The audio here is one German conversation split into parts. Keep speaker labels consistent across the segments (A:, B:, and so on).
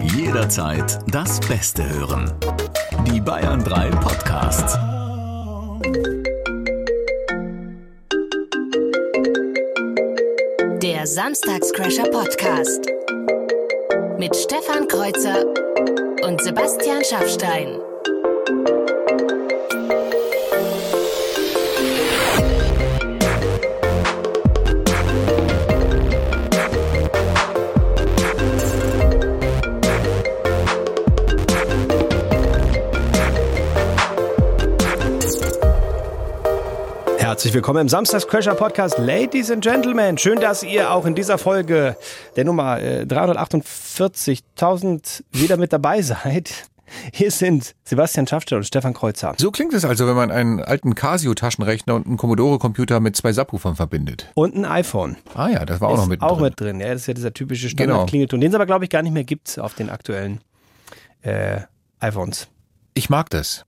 A: Jederzeit das Beste hören. Die Bayern 3 Podcasts.
B: Der Samstagscrasher Podcast. Mit Stefan Kreuzer und Sebastian Schaffstein.
C: Herzlich willkommen im Samstagscrasher Podcast, Ladies and Gentlemen. Schön, dass ihr auch in dieser Folge der Nummer äh, 348.000 wieder mit dabei seid. Hier sind Sebastian Schaffstedt und Stefan Kreuzer.
D: So klingt es also, wenn man einen alten Casio-Taschenrechner und einen Commodore-Computer mit zwei Subwoofern verbindet.
C: Und ein iPhone.
D: Ah ja, das war auch
C: ist
D: noch mit
C: auch
D: drin.
C: mit drin. Ja, das ist ja dieser typische
D: Genau.
C: Standard-Klingelton, den es aber, glaube ich, gar nicht mehr gibt auf den aktuellen äh, iPhones.
D: Ich mag das.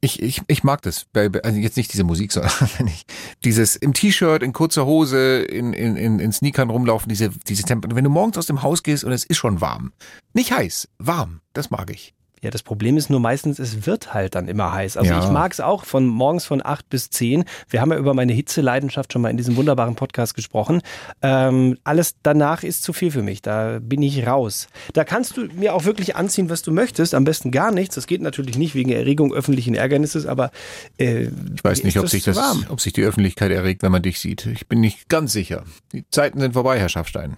D: Ich, ich, ich mag das. Bei- bei- Also jetzt nicht diese Musik, sondern wenn ich dieses im T-Shirt, in kurzer Hose, in, in, in, in Sneakern rumlaufen, diese, diese Temperatur. Wenn du morgens aus dem Haus gehst und es ist schon warm. Nicht heiß, warm. Das mag ich.
C: Ja, das Problem ist nur meistens, es wird halt dann immer heiß. Also
D: Ja.
C: ich mag es auch von morgens von 8 bis 10. Wir haben ja über meine Hitzeleidenschaft schon mal in diesem wunderbaren Podcast gesprochen. Ähm, alles danach ist zu viel für mich. Da bin ich raus. Da kannst du mir auch wirklich anziehen, was du möchtest. Am besten gar nichts. Das geht natürlich nicht wegen Erregung öffentlichen Ärgernisses, aber äh,
D: Ich weiß
C: Mir
D: nicht,
C: ist
D: ob
C: das
D: sich,
C: zu
D: das,
C: warm.
D: ob sich die Öffentlichkeit erregt, wenn man dich sieht. Ich bin nicht ganz sicher. Die Zeiten sind vorbei, Herr Schaffstein.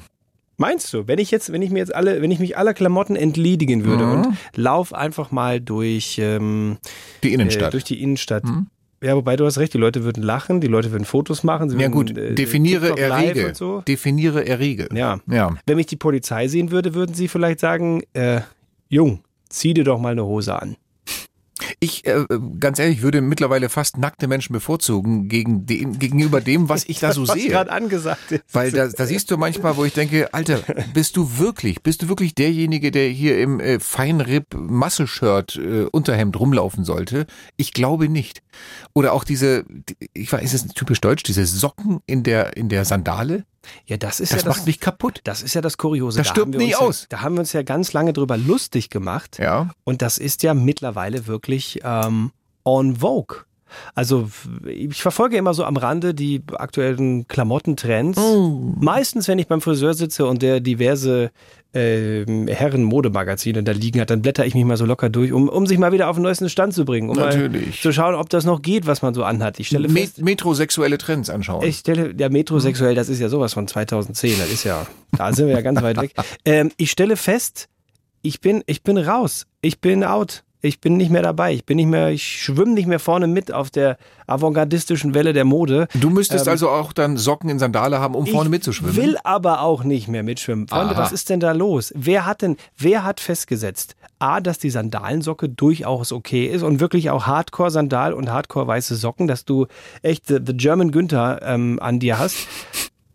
C: Meinst du, wenn ich jetzt, wenn ich mir jetzt alle, wenn ich mich aller Klamotten entledigen würde
D: Mhm.
C: und lauf einfach mal durch, ähm,
D: Die
C: äh,
D: Innenstadt.
C: durch die Innenstadt.
D: Mhm.
C: Ja, wobei du hast recht, die Leute würden lachen, die Leute würden Fotos machen. Sie
D: ja
C: würden,
D: gut,
C: äh,
D: definiere
C: TikTok live
D: Errege.
C: Und so.
D: Definiere Errege.
C: Ja.
D: Ja.
C: Wenn mich die Polizei sehen würde, würden sie vielleicht sagen, äh, Jung, zieh dir doch mal eine Hose an.
D: Ich, äh, ganz ehrlich, würde mittlerweile fast nackte Menschen bevorzugen gegen dem, gegenüber dem, was ich da so
C: Was
D: sehe.
C: gerade angesagt ist.
D: Weil da, da siehst du manchmal, wo ich denke, Alter, bist du wirklich, bist du wirklich derjenige, der hier im äh, Feinripp-Masse-Shirt äh, Unterhemd rumlaufen sollte? Ich glaube nicht. Oder auch diese, die- ich weiß, ist es typisch deutsch, diese Socken in der, in der Sandale?
C: ja, das ist
D: Das,
C: ja
D: macht
C: das.
D: mich kaputt.
C: Das ist ja das Kuriose.
D: Das
C: Da
D: stirbt
C: haben wir
D: nie
C: uns
D: aus.
C: Ja, da haben wir uns ja ganz lange drüber lustig gemacht.
D: Ja.
C: Und das ist ja mittlerweile wirklich ähm, on vogue. Also ich verfolge immer so am Rande die aktuellen Klamottentrends. Meistens, wenn ich beim Friseur sitze und der diverse ähm, Herren-Modemagazine da liegen hat, dann blätter ich mich mal so locker durch, um, um sich mal wieder auf den neuesten Stand zu bringen, um mal
D: Natürlich.
C: zu schauen, ob das noch geht, was man so anhat. Ich stelle
D: Me
C: fest,
D: metrosexuelle Trends anschauen.
C: ich stelle, der metrosexuell, das ist ja sowas von 2010, das ist ja, da sind wir ja ganz weit weg. Ähm, ich stelle fest, ich bin, ich bin raus, ich bin out, ich bin nicht mehr dabei, ich bin nicht mehr, ich schwimme nicht mehr vorne mit auf der avantgardistischen Welle der Mode.
D: Du müsstest also auch dann Socken in Sandale haben, um
C: Ähm,
D: vorne
C: ich
D: mitzuschwimmen.
C: will aber auch nicht mehr mitschwimmen. Freunde,
D: Aha.
C: was ist denn da los? Wer hat denn, wer hat festgesetzt, A, dass die Sandalensocke durchaus okay ist und wirklich auch Hardcore-Sandal und Hardcore-weiße Socken, dass du echt the, the German Günther ähm, an dir hast.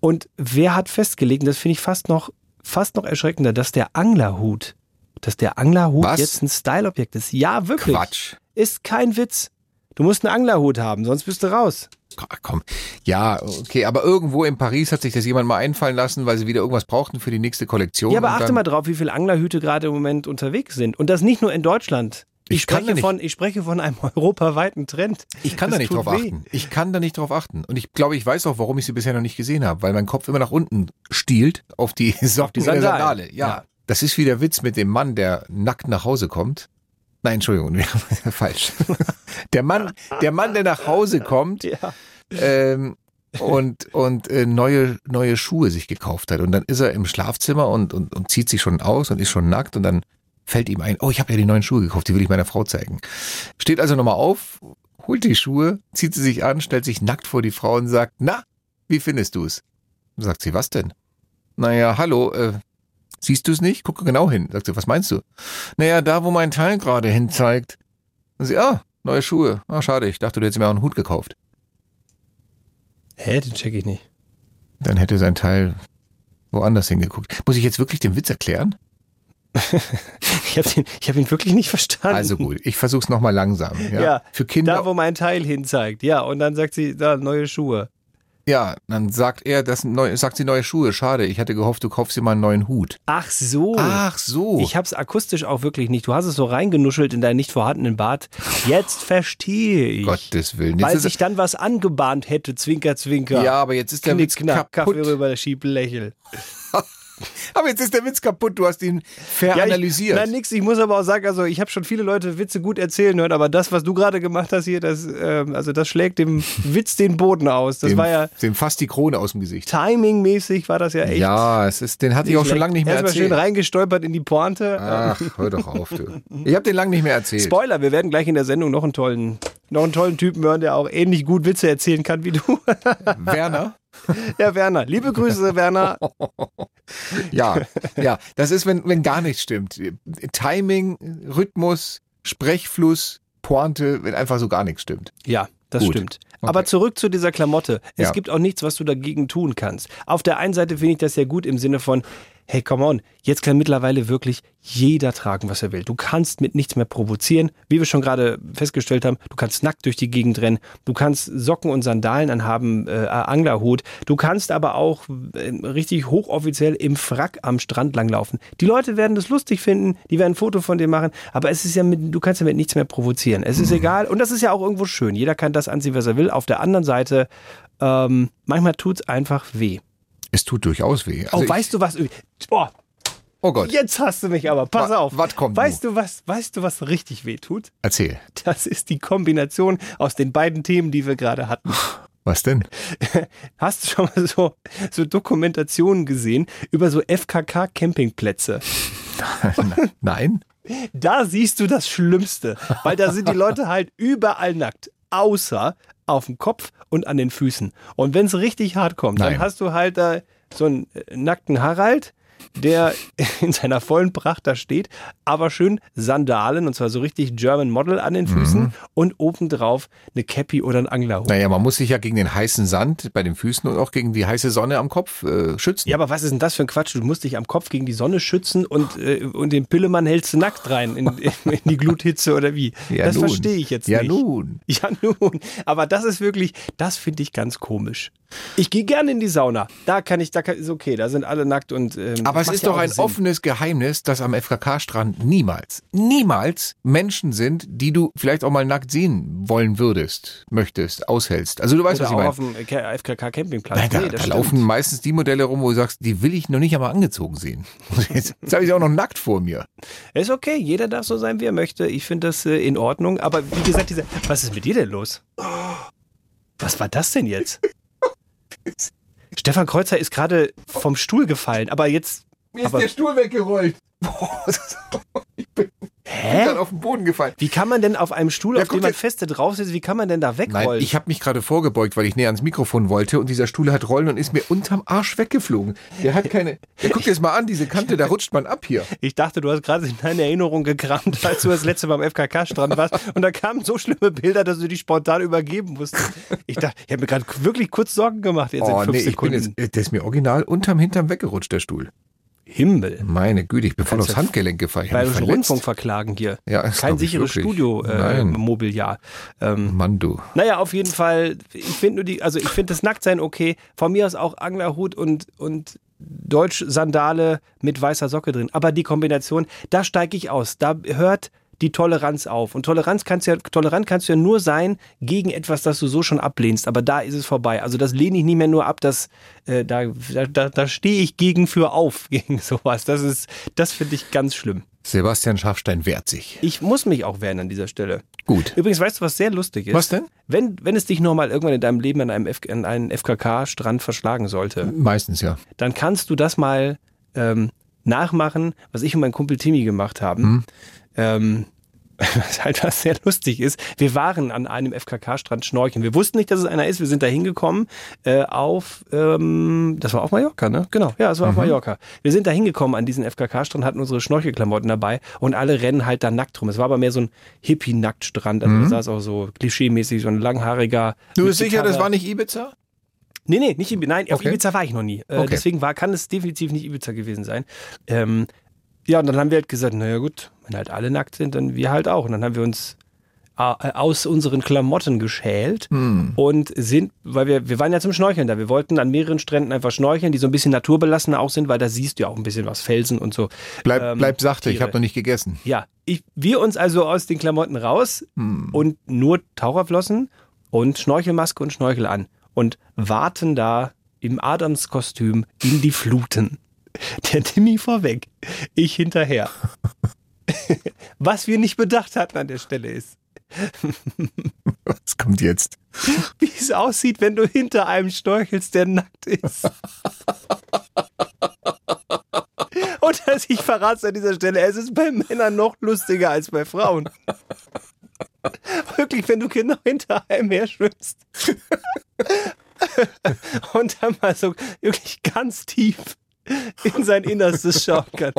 C: Und wer hat festgelegt, und das finde ich fast noch, fast noch erschreckender, dass der Anglerhut, dass der Anglerhut
D: Was?
C: jetzt ein Style-Objekt ist. Ja, wirklich.
D: Quatsch.
C: Ist kein Witz. Du musst einen Anglerhut haben, sonst bist du raus.
D: Ach, komm. Ja, okay, aber irgendwo in Paris hat sich das jemand mal einfallen lassen, weil sie wieder irgendwas brauchten für die nächste Kollektion.
C: Ja, aber
D: und
C: achte
D: dann-
C: mal drauf, wie viele Anglerhüte gerade im Moment unterwegs sind. Und das nicht nur in Deutschland. Ich,
D: Ich kann da
C: spreche,
D: nicht-
C: von, ich spreche von einem europaweiten Trend.
D: Ich kann
C: Das
D: da nicht
C: tut
D: drauf
C: weh.
D: achten. Ich kann da nicht drauf achten. Und ich glaube, ich weiß auch, warum ich sie bisher noch nicht gesehen habe, weil mein Kopf immer nach unten stiehlt auf die Socken
C: die
D: in der
C: Sandalen.
D: Sandale. Ja.
C: Ja.
D: Das ist wie der Witz mit dem Mann, der nackt nach Hause kommt. Nein, Entschuldigung, wir haben- falsch. Der Mann, der Mann, der nach Hause kommt,
C: Ja.
D: ähm, und und äh, neue neue Schuhe sich gekauft hat und dann ist er im Schlafzimmer und und, und zieht sich schon aus und ist schon nackt und dann fällt ihm ein, oh, ich habe ja die neuen Schuhe gekauft, die will ich meiner Frau zeigen. Steht also nochmal auf, holt die Schuhe, zieht sie sich an, stellt sich nackt vor die Frau und sagt, na, wie findest du es? Sagt sie, was denn? Naja, hallo, äh, siehst du es nicht? Gucke genau hin. Sagt sie, was meinst du? Naja, da, wo mein Teil gerade hin zeigt. Und sie, ah, neue Schuhe. Ah, schade, ich dachte, du hättest mir auch einen Hut gekauft.
C: Hä, den check ich nicht.
D: Dann hätte sein Teil woanders hingeguckt. Muss ich jetzt wirklich den Witz erklären?
C: Ich habe den, ich hab ihn wirklich nicht verstanden.
D: Also gut, ich versuch's nochmal langsam. Ja.
C: Ja,
D: Für Kinder.
C: Da, wo mein Teil hinzeigt. Ja, und dann sagt sie, da, neue Schuhe.
D: Ja, dann sagt er, das sind neu, sagt sie neue Schuhe. Schade, ich hatte gehofft, du kaufst dir mal einen neuen Hut.
C: Ach so.
D: Ach oh. so.
C: Oh. Ich habe es akustisch auch wirklich nicht. Du hast es so reingenuschelt in deinen nicht vorhandenen Bart. Jetzt verstehe ich.
D: Gottes Willen.
C: Weil
D: Jetzt
C: sich
D: ist,
C: dann was angebahnt hätte, Zwinker, Zwinker.
D: ja, aber jetzt ist der
C: Knick,
D: Witz
C: knack, Kaffee
D: kaputt.
C: rüber, schieb, lächel.
D: Aber jetzt ist der Witz kaputt. Du hast ihn veranalysiert.
C: Ja, ich, nein, nix. Ich muss aber auch sagen, also ich habe schon viele Leute Witze gut erzählen hören, aber das, was du gerade gemacht hast hier, das, ähm, also das schlägt dem Witz den Boden aus. Das
D: dem,
C: war ja
D: dem fast die Krone aus dem Gesicht.
C: timingmäßig war das ja echt.
D: Ja, es ist, den hatte ich auch schon lange nicht mehr
C: Erstmal schön
D: erzählt. Ah,
C: reingestolpert in die Pointe. Ähm,
D: Ach, hör doch auf, du. Ich habe den lange nicht mehr erzählt.
C: Spoiler, wir werden gleich in der Sendung noch einen tollen, noch einen tollen Typen hören, der auch ähnlich gut Witze erzählen kann wie du.
D: Werner?
C: ja, Werner. Liebe Grüße, Werner.
D: Ja, ja. Das ist, wenn, wenn gar nichts stimmt. Timing, Rhythmus, Sprechfluss, Pointe, wenn einfach so gar nichts stimmt.
C: Ja, das
D: Gut.
C: stimmt.
D: Okay.
C: Aber zurück zu dieser Klamotte. Es
D: Ja.
C: gibt auch nichts, was du dagegen tun kannst. Auf der einen Seite finde ich das ja gut im Sinne von, hey, come on, jetzt kann mittlerweile wirklich jeder tragen, was er will. Du kannst mit nichts mehr provozieren. Wie wir schon gerade festgestellt haben, du kannst nackt durch die Gegend rennen. Du kannst Socken und Sandalen anhaben, äh, Anglerhut. Du kannst aber auch äh, richtig hochoffiziell im Frack am Strand langlaufen. Die Leute werden das lustig finden, die werden ein Foto von dir machen, aber es ist ja mit, du kannst ja mit nichts mehr provozieren. Es ist egal und das ist ja auch irgendwo schön. Jeder kann das anziehen, was er will. Auf der anderen Seite, ähm, manchmal tut's einfach weh.
D: Es tut durchaus weh. Also
C: oh,
D: ich-
C: weißt du was? Oh,
D: oh Gott,
C: jetzt hast du mich aber. Pass
D: Wa-
C: auf.
D: wat kommt
C: weißt du was? Weißt du was richtig weh tut?
D: erzähl.
C: Das ist die Kombination aus den beiden Themen, die wir gerade hatten.
D: Was denn?
C: Hast du schon mal so, so Dokumentationen gesehen über so FKK-Campingplätze?
D: Nein?
C: Da siehst du das Schlimmste, weil da sind die Leute halt überall nackt, außer auf dem Kopf und an den Füßen. Und wenn es richtig hart kommt, dann
D: Nein.
C: hast du halt da so einen äh, nackten Harald, der in seiner vollen Pracht da steht, aber schön Sandalen und zwar so richtig German Model an den Füßen und obendrauf eine Cappy oder ein Anglerhut.
D: Naja, man muss sich ja gegen den heißen Sand bei den Füßen und auch gegen die heiße Sonne am Kopf äh, schützen.
C: Ja, aber was ist denn das für ein Quatsch? Du musst dich am Kopf gegen die Sonne schützen und, äh, und den Pillemann hältst du nackt rein in, in, die Gluthitze oder wie?
D: Ja,
C: das
D: nun.
C: verstehe ich jetzt
D: Ja,
C: nicht.
D: nun.
C: Ja, nun. Aber das ist wirklich, das finde ich ganz komisch. Ich gehe gerne in die Sauna. Da kann ich, da kann, ist okay, da sind alle nackt und. Ähm,
D: Aber es
C: macht
D: ist
C: ja
D: doch
C: auch
D: ein
C: Sinn.
D: offenes Geheimnis, dass am FKK-Strand niemals, niemals Menschen sind, die du vielleicht auch mal nackt sehen wollen würdest, möchtest, aushältst. Also du weißt,
C: Oder
D: was ich
C: auch
D: meine.
C: auf dem FKK-Campingplatz.
D: Nein, da,
C: Nee, das
D: da
C: stimmt.
D: laufen meistens die Modelle rum, wo du sagst, die will ich noch nicht einmal angezogen sehen. Jetzt, jetzt habe ich sie auch noch nackt vor mir.
C: Ist okay, jeder darf so sein, wie er möchte. Ich finde das äh, in Ordnung. Aber wie gesagt, dieser, was ist mit dir denn los? Was war das denn jetzt? Stefan Kreuzer ist gerade vom Stuhl gefallen, aber jetzt.
D: Mir
C: Aber-
D: Stuhl weggerollt. Boah, das ist- ich bin
C: Hä?
D: auf den Boden gefallen.
C: Wie kann man denn auf einem Stuhl,
D: Ja,
C: auf
D: guck
C: dem man
D: dir-
C: feste drauf sitzt, wie kann man denn da
D: Nein,
C: wegrollen?
D: ich habe mich gerade vorgebeugt, weil ich näher ans Mikrofon wollte und dieser Stuhl hat Rollen und ist mir unterm Arsch weggeflogen. Der hat keine. Ja, guck dir das mal an, diese Kante, da rutscht man ab hier.
C: Ich dachte, du hast gerade in deine Erinnerung gekramt, als du das letzte Mal am FKK-Strand warst. Und da kamen so schlimme Bilder, dass du dich spontan übergeben musstest. Ich dachte, ich habe mir gerade wirklich kurz Sorgen gemacht jetzt in
D: Oh
C: fünf
D: nee, ich bin
C: Sekunden.
D: jetzt, äh, der ist mir original unterm Hintern weggerutscht, der Stuhl.
C: Himmel.
D: Meine Güte, ich bin voll
C: Kannst
D: aufs
C: du-
D: Handgelenk gefallen. Ich hab mich
C: Bayerischen
D: verletzt.
C: Rundfunk verklagen hier.
D: Ja, das
C: Kein
D: glaub ich
C: sicheres
D: wirklich.
C: Studiomobiliar. Äh,
D: Nein.
C: Mobiliar. ähm,
D: Mann, du.
C: naja, auf jeden Fall, ich finde nur die, also ich finde das Nacktsein okay. Von mir aus auch Anglerhut und, und Deutsch-Sandale mit weißer Socke drin. Aber die Kombination, da steige ich aus. Da hört die Toleranz auf. Und Toleranz kannst du ja, tolerant kannst du ja nur sein gegen etwas, das du so schon ablehnst. Aber da ist es vorbei. Also das lehne ich nicht mehr nur ab, das, äh, da, da- da, da stehe ich gegen für auf, gegen sowas. Das ist, das finde ich ganz schlimm.
D: Sebastian Schafstein wehrt sich.
C: Ich muss mich auch wehren an dieser Stelle.
D: Gut.
C: Übrigens, weißt du, was sehr lustig ist?
D: Was denn?
C: Wenn, wenn es dich nochmal irgendwann in deinem Leben an, einem F an einen FKK-Strand verschlagen sollte,
D: Meistens ja.
C: dann kannst du das mal ähm, nachmachen, was ich und mein Kumpel Timmy gemacht haben.
D: Mhm.
C: Ähm, was halt was sehr lustig ist. Wir waren an einem FKK-Strand schnorcheln. Wir wussten nicht, dass es einer ist. Wir sind da hingekommen äh, auf, ähm, das war auf Mallorca, ne? Genau, ja, es war auf
D: Mhm.
C: Mallorca. Wir sind da hingekommen an diesen FKK-Strand, hatten unsere Schnorchelklamotten dabei und alle rennen halt da nackt rum. Es war aber mehr so ein Hippie-Nacktstrand. Also da saß auch so klischeemäßig so ein langhaariger.
D: Mhm. Du
C: mit
D: bist sicher, das
C: Gitarre.
D: war nicht Ibiza?
C: Nee, nee, nicht Ibiza. Nein, auf
D: Okay.
C: Ibiza war ich noch nie. Äh,
D: Okay.
C: Deswegen war, kann es definitiv nicht Ibiza gewesen sein. Ähm, ja, und dann haben wir halt gesagt, naja gut, wenn halt alle nackt sind, dann wir halt auch. Und dann haben wir uns äh, aus unseren Klamotten geschält
D: Hm.
C: und sind, weil wir, wir waren ja zum Schnorcheln da. Wir wollten an mehreren Stränden einfach schnorcheln, die so ein bisschen naturbelassener auch sind, weil da siehst du ja auch ein bisschen was, Felsen und so.
D: Bleib,
C: Ähm,
D: bleib sachte, ich
C: Tiere.
D: habe noch nicht gegessen.
C: Ja, ich, wir uns also aus den Klamotten raus und nur Taucherflossen und Schnorchelmaske und Schnorchel an und warten da im Adamskostüm in die Fluten. Der Timmy vorweg, ich hinterher. Was wir nicht bedacht hatten an der Stelle ist,
D: Was kommt jetzt?
C: wie es aussieht, wenn du hinter einem schnorchelst, der nackt ist. Und das, ich verrate es an dieser Stelle, es ist bei Männern noch lustiger als bei Frauen. Wirklich, wenn du genau hinter einem her schwimmst. Und dann mal so wirklich ganz tief in sein Innerstes schauen kannst.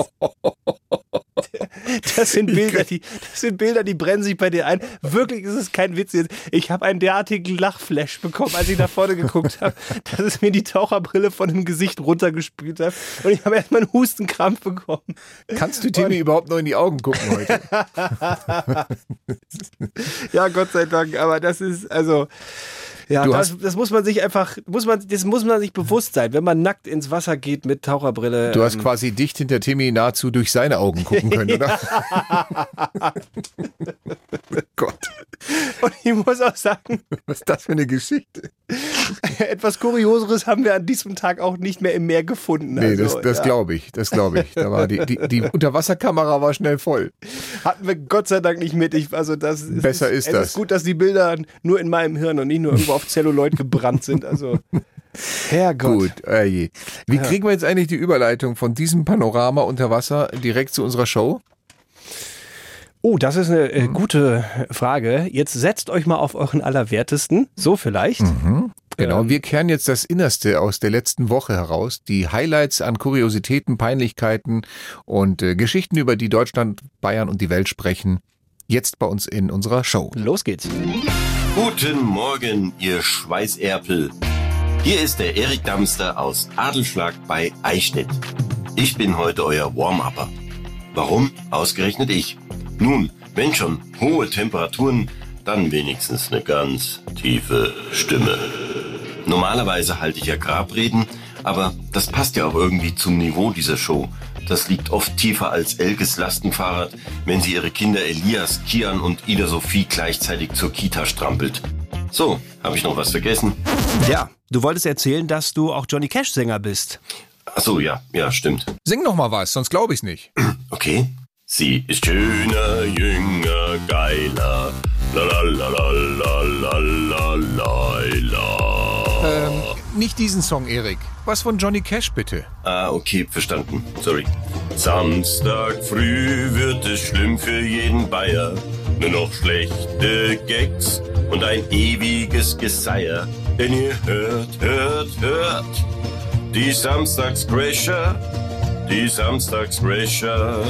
C: Das sind Bilder, die, das sind Bilder, die brennen sich bei dir ein. Wirklich ist es kein Witz jetzt. Ich habe einen derartigen Lachflash bekommen, als ich nach vorne geguckt habe, dass es mir die Taucherbrille von dem Gesicht runtergespült hat. Und ich habe erstmal einen Hustenkrampf bekommen.
D: Kannst du Timmy überhaupt noch in die Augen gucken heute?
C: Ja, Gott sei Dank, aber das ist, also. Ja,
D: Du
C: das, das muss man sich einfach, muss man, das muss man sich bewusst sein, wenn man nackt ins Wasser geht mit Taucherbrille.
D: Du hast quasi dicht hinter Timmy nahezu durch seine Augen gucken können, oder? Gott,
C: Und ich muss auch sagen,
D: was ist das für eine Geschichte?
C: etwas Kurioseres haben wir an diesem Tag auch nicht mehr im Meer gefunden.
D: Nee,
C: also,
D: das, das
C: ja.
D: glaube ich, das glaube ich. Da war die, die, die Unterwasserkamera war schnell voll.
C: hatten wir Gott sei Dank nicht mit. Ich, also das es
D: Besser ist
C: es
D: das.
C: ist gut, dass die Bilder nur in meinem Hirn und nicht nur irgendwo auf Celluloid gebrannt sind. Also Herrgott.
D: Gut, äh, je. Wie kriegen wir jetzt eigentlich die Überleitung von diesem Panorama unter Wasser direkt zu unserer Show?
C: Oh, das ist eine äh, gute Frage. Jetzt setzt euch mal auf euren Allerwertesten. So vielleicht.
D: Genau, wir kehren jetzt das Innerste aus der letzten Woche heraus, die Highlights an Kuriositäten, Peinlichkeiten und äh, Geschichten, über die Deutschland, Bayern und die Welt sprechen, jetzt bei uns in unserer Show.
C: Los geht's.
E: Guten Morgen, ihr Schweißerpel. Hier ist der Erik Damster aus Adelschlag bei Eichstätt. Ich bin heute euer Warm-Upper. Warum ausgerechnet ich? Nun, wenn schon hohe Temperaturen, dann wenigstens eine ganz tiefe Stimme. Normalerweise halte ich ja Grabreden, aber das passt ja auch irgendwie zum Niveau dieser Show. Das liegt oft tiefer als Elkes Lastenfahrrad, wenn sie ihre Kinder Elias, Kian und Ida Sophie gleichzeitig zur Kita strampelt. So, habe ich noch was vergessen?
C: Ja, du wolltest erzählen, dass du auch Johnny Cash Sänger bist.
E: Ach so, ja, ja, stimmt.
D: Sing noch mal was, sonst glaube ich nicht.
E: Okay. Sie ist schöner, jünger, geiler. La la la la la la la la la.
D: Ähm, nicht diesen Song, Erik. Was von Johnny Cash bitte?
E: Ah, okay, verstanden. Sorry. Samstag früh wird es schlimm für jeden Bayer. Nur noch schlechte Gags und ein ewiges Geseier. Denn ihr hört, hört, hört. Die Samstagscrasher. Die Samstagscrasher.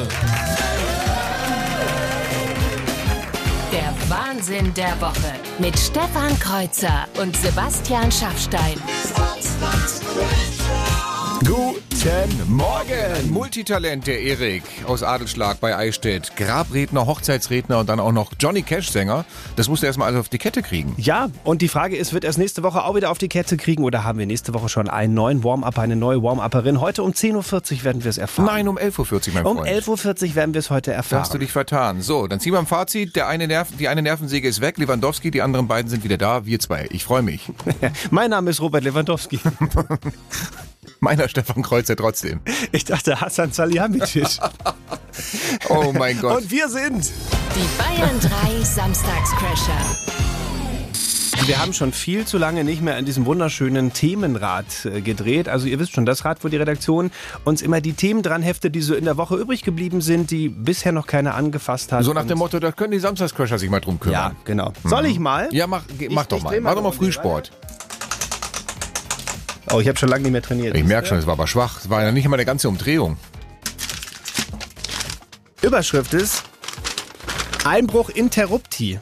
B: Der Wahnsinn der Woche mit Stefan Kreuzer und Sebastian Schaffstein.
D: Guten Morgen! Multitalent der Erik aus Adelschlag bei Eichstätt. Grabredner, Hochzeitsredner und dann auch noch Johnny Cash-Sänger. Das musst du erstmal alles auf die Kette kriegen.
C: Ja, und die Frage ist, wird er es nächste Woche auch wieder auf die Kette kriegen oder haben wir nächste Woche schon einen neuen Warm-Upper, eine neue Warm-Upperin? Heute um 10.40 Uhr werden wir es erfahren.
D: Nein, um 11.40 Uhr, mein
C: Um
D: Freund.
C: 11.40 Uhr werden wir es heute
D: Da
C: erfahren.
D: hast du dich vertan. So, dann ziehen wir ein Fazit. Der eine Nerv die eine Nervensäge ist weg, Lewandowski, die anderen beiden sind wieder da. Wir zwei. Ich freue mich.
C: mein Name ist Robert Lewandowski.
D: Meiner Stefan Kreuzer trotzdem.
C: Ich dachte Hassan Salihamidzic.
D: Oh mein Gott.
C: Und wir sind.
B: Die Bayern 3 Samstagscrasher.
C: Wir haben schon viel zu lange nicht mehr an diesem wunderschönen Themenrad äh, gedreht. Also ihr wisst schon, das Rad, wo die Redaktion uns immer die Themen dran heftet, die so in der Woche übrig geblieben sind, die bisher noch keiner angefasst hat.
D: so nach
C: Und-
D: dem Motto, da können die Samstagscrasher sich mal drum
C: Ja, genau.
D: kümmern.
C: Soll ich mal?
D: Ja, mach, geh- mach
C: Ich-
D: doch
C: ich
D: mal.
C: dreh
D: Mach doch mal
C: um die Weide.
D: Frühsport.
C: Oh, ich habe schon lange nicht mehr trainiert.
D: Ich merke schon, es war aber schwach. Es war ja nicht immer eine ganze Umdrehung.
C: Überschrift ist Einbruch Interrupti.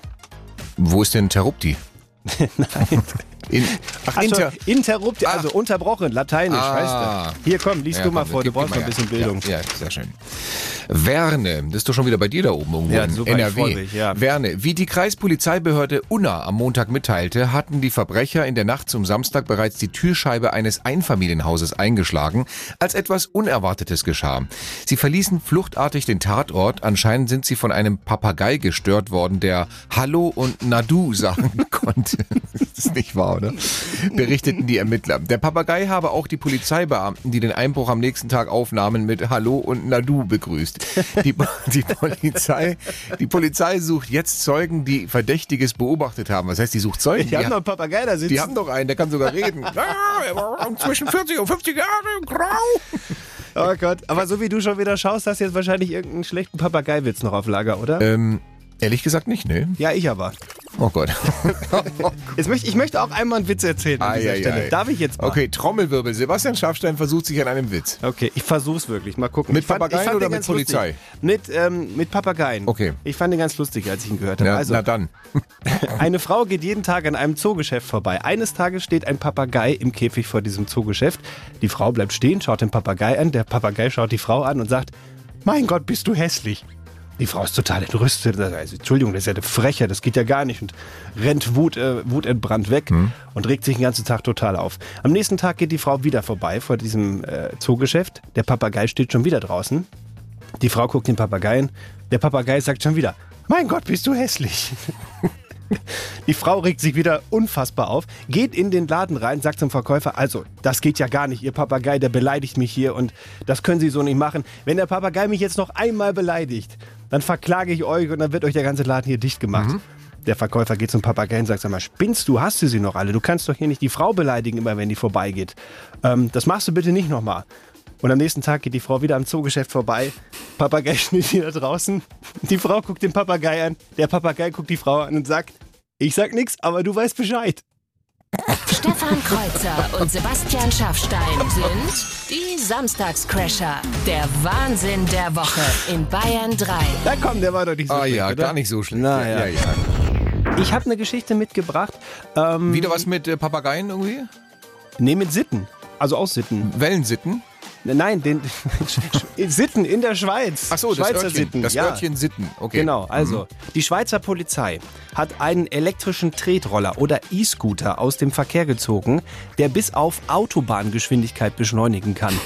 D: Wo ist denn Terrupti?
C: Nein.
D: In, ach, Inter.
C: Ach so, Interrupti, also unterbrochen, lateinisch
D: Ah.
C: heißt das. Hier komm, liest
D: Ja,
C: du mal
D: komm,
C: vor, du
D: gib mir
C: brauchst noch ein
D: ja.
C: bisschen Bildung.
D: Ja, ja, sehr schön. Werne, das ist doch schon wieder bei dir da oben irgendwo
C: Ja,
D: in
C: super, ich
D: NRW.
C: freu mich, ja.
D: Werne, wie die Kreispolizeibehörde Unna am Montag mitteilte, hatten die Verbrecher in der Nacht zum Samstag bereits die Türscheibe eines Einfamilienhauses eingeschlagen, als etwas Unerwartetes geschah. Sie verließen fluchtartig den Tatort, anscheinend sind sie von einem Papagei gestört worden, der Hallo und Nadu Ah, sagen konnte. Das ist nicht wahr, oder? Berichteten die Ermittler. Der Papagei habe auch die Polizeibeamten, die den Einbruch am nächsten Tag aufnahmen, mit Hallo und Nadu begrüßt. Die, die, Polizei, die Polizei sucht jetzt Zeugen, die Verdächtiges beobachtet haben. Das heißt, die sucht Zeugen.
C: Die haben noch einen Papagei da sitzen.
D: die haben doch einen, der kann sogar reden. Ja, er war zwischen 40 und 50 Jahren grau.
C: Oh Gott. Aber so wie du schon wieder schaust, hast du jetzt wahrscheinlich irgendeinen schlechten Papageiwitz noch auf Lager, oder?
D: Ähm, ehrlich gesagt nicht, ne?
C: Ja, ich aber.
D: Oh Gott.
C: Jetzt möchte, ich möchte auch einmal einen Witz erzählen an dieser
D: Ei, ei,
C: Stelle.
D: ei.
C: Darf ich jetzt mal?
D: Okay, Trommelwirbel. Sebastian Schafstein versucht sich an einem Witz.
C: Okay, ich versuch's wirklich. Mal gucken.
D: Mit
C: ich fand,
D: Papageien
C: ich fand
D: oder
C: den
D: mit
C: ganz
D: Polizei?
C: Lustig. Mit, ähm, mit Papageien.
D: Okay.
C: Ich fand den ganz lustig, als ich ihn gehört habe.
D: Na,
C: also,
D: na dann.
C: Eine Frau geht jeden Tag an einem Zoogeschäft vorbei. Eines Tages steht ein Papagei im Käfig vor diesem Zoogeschäft. Die Frau bleibt stehen, schaut den Papagei an. Der Papagei schaut die Frau an und sagt, mein Gott, bist du hässlich. Die Frau ist total entrüstet. sagt, Also, Entschuldigung, das ist ja eine Frecher, das geht ja gar nicht. Und rennt Wut, äh, wutentbrannt weg und regt sich den ganzen Tag total auf. Am nächsten Tag geht die Frau wieder vorbei vor diesem äh, Zoogeschäft. Der Papagei steht schon wieder draußen. Die Frau guckt den Papageien. Der Papagei sagt schon wieder, mein Gott, bist du hässlich. Die Frau regt sich wieder unfassbar auf, geht in den Laden rein, sagt zum Verkäufer, also, das geht ja gar nicht, Ihr Papagei, der beleidigt mich hier und das können Sie so nicht machen. Wenn der Papagei mich jetzt noch einmal beleidigt, dann verklage ich euch und dann wird euch der ganze Laden hier dicht gemacht. Der Verkäufer geht zum Papagei und sagt, sag mal, spinnst du, hast du sie noch alle? Du kannst doch hier nicht die Frau beleidigen, immer wenn die vorbeigeht. Ähm, das machst du bitte nicht nochmal. Und am nächsten Tag geht die Frau wieder am Zoogeschäft vorbei. Papagei steht wieder draußen. Die Frau guckt den Papagei an. Der Papagei guckt die Frau an und sagt, ich sag nix, aber du weißt Bescheid.
B: Stefan Kreuzer und Sebastian Schaffstein sind die Samstagscrasher. Der Wahnsinn der Woche in Bayern 3.
C: Na komm, der war doch nicht so
D: Ah
C: schlecht,
D: ja,
C: oder?
D: gar nicht so schlecht.
C: Na ja.
D: ja, ja.
C: Ich habe eine Geschichte mitgebracht. Ähm,
D: Wieder was mit äh, Papageien irgendwie?
C: nee, mit Sitten. Also aus Sitten.
D: Wellensitten?
C: Nein, den Sitten in der Schweiz.
D: Ach so, das
C: Schweizer
D: Örtchen.
C: Sitten.
D: Das
C: ja.
D: Örtchen Sitten, okay.
C: Genau, also die Schweizer Polizei hat einen elektrischen Tretroller oder E-Scooter aus dem Verkehr gezogen, der bis auf Autobahngeschwindigkeit beschleunigen kann.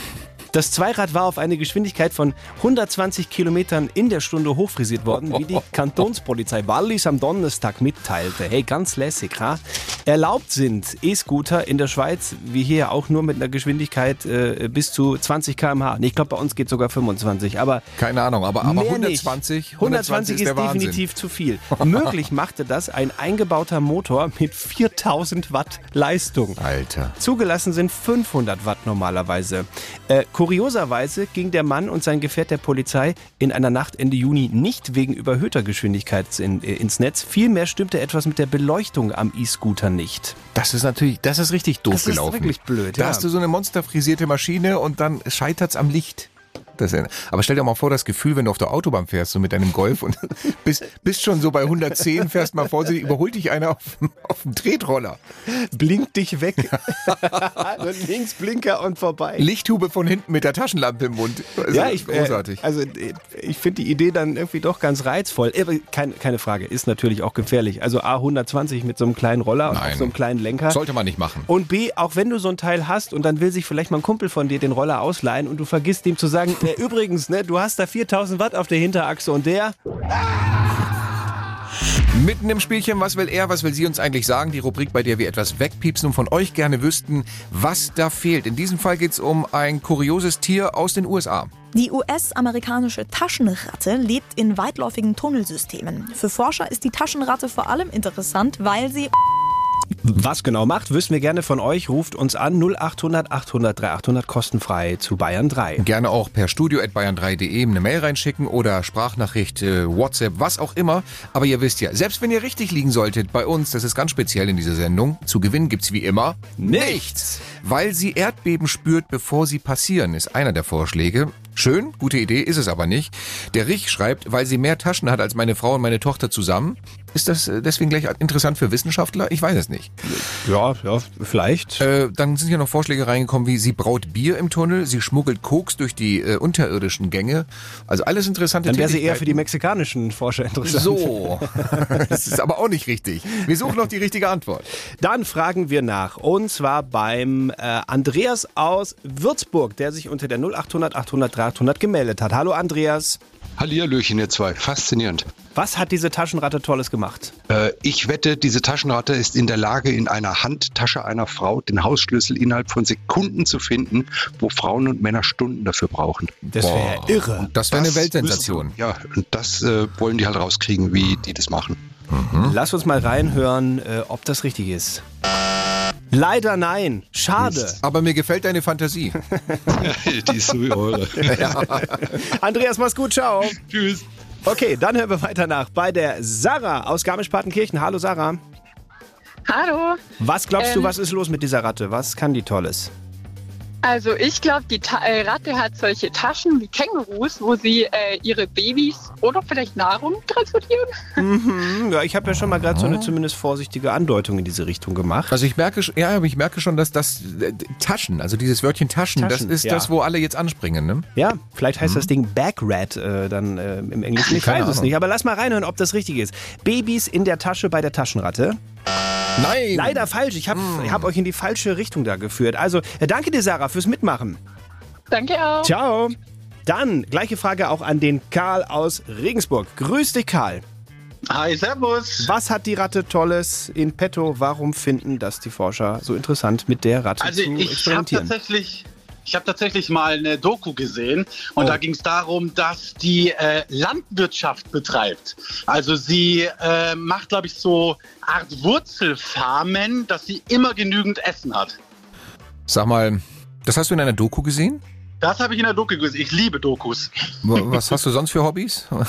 C: Das Zweirad war auf eine Geschwindigkeit von 120 Kilometern in der Stunde hochfrisiert worden, wie die Kantonspolizei Wallis am Donnerstag mitteilte. Hey, ganz lässig, ha? Erlaubt sind E-Scooter in der Schweiz, wie hier auch nur mit einer Geschwindigkeit äh, bis zu 20 km/h. Ich glaube, bei uns geht sogar 25, aber
D: Keine Ahnung, aber, aber
C: Mehr
D: 120,
C: nicht. 120 ist,
D: der Wahnsinn.
C: definitiv zu viel. Möglich machte das ein eingebauter Motor mit 4000 Watt Leistung.
D: Alter.
C: Zugelassen sind 500 Watt normalerweise. Äh, kurioserweise ging der Mann und sein Gefährt der Polizei in einer Nacht Ende Juni nicht wegen überhöhter Geschwindigkeit in, äh, ins Netz. Vielmehr stimmte etwas mit der Beleuchtung am E-Scooter nicht.
D: Das ist natürlich, das ist richtig doof
C: Das ist
D: gelaufen.
C: wirklich blöd,
D: Da
C: ja.
D: hast du so eine monsterfrisierte Maschine und dann scheitert's am Licht. Das, ist- aber stell dir mal vor, das Gefühl, wenn du auf der Autobahn fährst, so mit deinem Golf und bist, bist schon so bei 110, fährst mal vorsichtig, überholt dich einer auf, auf dem Tretroller.
C: Blink dich weg. Links Blinker und vorbei.
D: Lichthube von hinten mit der Taschenlampe im Mund. Also,
C: Ja, ich,
D: großartig.
C: Äh, also äh, ich finde die Idee dann irgendwie doch ganz reizvoll. Aber keine, keine Frage, ist natürlich auch gefährlich. Also A 120 mit so einem kleinen Roller und
D: Nein.
C: auf so einem kleinen Lenker.
D: Sollte man nicht machen.
C: und B, auch wenn du so ein Teil hast und dann will sich vielleicht mal ein Kumpel von dir den Roller ausleihen und du vergisst dem zu sagen, äh, übrigens, ne, du hast da 4000 Watt auf der Hinterachse und der,
D: Mitten im Spielchen, was will er, was will sie uns eigentlich sagen? Die Rubrik, bei der wir etwas wegpiepsen und von euch gerne wüssten, was da fehlt. In diesem Fall geht's um ein kurioses Tier aus den USA.
F: Die US-amerikanische Taschenratte lebt in weitläufigen Tunnelsystemen. Für Forscher ist die Taschenratte vor allem interessant, weil sie
C: was genau macht, wissen wir gerne von euch. Ruft uns an 0800 800 3800 kostenfrei zu Bayern 3.
D: Gerne auch per studio.bayern3.de eine Mail reinschicken oder Sprachnachricht, äh, WhatsApp, was auch immer. Aber ihr wisst ja, selbst wenn ihr richtig liegen solltet bei uns, das ist ganz speziell in dieser Sendung, zu gewinnen gibt's wie immer
C: Nichts.
D: Weil sie Erdbeben spürt, bevor sie passieren, ist einer der Vorschläge. Schön, gute Idee, ist es aber nicht. Der Rich schreibt, weil sie mehr Taschen hat als meine Frau und meine Tochter zusammen. Ist das äh, deswegen gleich interessant für Wissenschaftler? Ich weiß es nicht.
C: Ja, ja, vielleicht.
D: Äh, dann sind ja noch Vorschläge reingekommen, wie sie braut Bier im Tunnel, sie schmuggelt Koks durch die äh, unterirdischen Gänge. Also alles interessante
C: Dann wäre sie eher
D: Tätigkeiten.
C: für die mexikanischen Forscher interessant.
D: So, das ist aber auch nicht richtig. Wir suchen noch die richtige Antwort.
C: Dann fragen wir nach. Und zwar beim äh, Andreas aus Würzburg, der sich unter der 0800 800 300 gemeldet hat. Hallo Andreas.
G: Hallihallöchen, ihr zwei. Faszinierend.
C: Was hat diese Taschenratte Tolles gemacht?
G: Äh, ich wette, diese Taschenratte ist in der Lage, in einer Handtasche einer Frau den Hausschlüssel innerhalb von Sekunden zu finden, wo Frauen und Männer Stunden dafür brauchen.
C: Das wäre ja irre.
D: Das wäre eine
G: Das
D: Weltsensation.
G: müssen- Ja, und das äh, wollen die halt rauskriegen, wie die das machen.
C: Lass uns mal reinhören, äh, ob das richtig ist. Leider nein. Schade.
D: Aber mir gefällt deine Fantasie.
G: die ist so wie eure.
C: Andreas, mach's gut. Ciao.
G: Tschüss.
C: Okay, dann hören wir weiter nach bei der Sarah aus Garmisch-Partenkirchen. Hallo Sarah.
H: Hallo.
C: Was glaubst du,
H: Ähm.
C: was ist los mit dieser Ratte? Was kann die Tolles?
H: Also ich glaube, die Ta äh, Ratte hat solche Taschen wie Kängurus, wo sie äh, ihre Babys oder vielleicht Nahrung transportieren.
C: Hm, Ja, ich habe ja schon mal gerade so eine zumindest vorsichtige Andeutung in diese Richtung gemacht.
D: Also ich merke, sch- ja, aber ich merke schon, dass das äh, Taschen, also dieses Wörtchen Taschen,
C: Taschen,
D: das ist
C: ja.
D: das, wo alle jetzt anspringen. Ne?
C: Ja, vielleicht heißt das Ding Bagrat äh, dann äh, im Englischen. Ich
D: Keine
C: weiß es
D: Ahnung.
C: nicht, aber lass mal reinhören, ob das richtig ist. Babys in der Tasche bei der Taschenratte.
D: Nein.
C: Leider falsch. Ich habe
D: Mhm.
C: hab euch in die falsche Richtung da geführt. Also äh, danke dir, Sarah, fürs Mitmachen.
H: Danke auch.
C: Ciao. Dann gleiche Frage auch an den Karl aus Regensburg. Grüß dich, Karl.
I: Hi, Servus.
C: Was hat die Ratte Tolles in petto? Warum finden das die Forscher so interessant, mit der Ratte
I: Also
C: zu
I: ich habe
C: experimentieren?
I: tatsächlich, ich habe tatsächlich mal eine Doku gesehen und da ging es darum, dass die äh, Landwirtschaft betreibt. Also sie äh, macht, glaube ich, so Art Wurzelfarmen, dass sie immer genügend Essen hat.
D: Sag mal, das hast du in einer Doku gesehen?
I: Das habe ich in der Doku gesehen. Ich liebe Dokus.
D: Wa- Was hast du sonst für Hobbys? das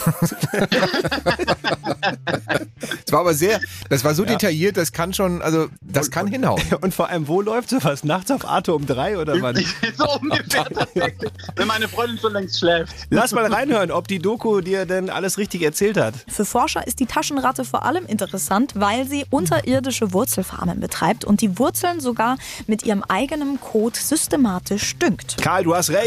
D: war aber sehr, das war so detailliert, das kann schon, also das kann hinhauen.
C: Und vor allem, wo läuft sowas? Nachts auf Arte um drei oder wann?
I: so ungefähr tatsächlich, wenn meine Freundin schon längst schläft.
C: Lass mal reinhören, ob die Doku dir denn alles richtig erzählt hat.
F: Für Forscher ist die Taschenratte vor allem interessant, weil sie unterirdische Wurzelfarmen betreibt und die Wurzeln sogar mit ihrem eigenen Kot systematisch düngt.
C: Karl, du hast recht.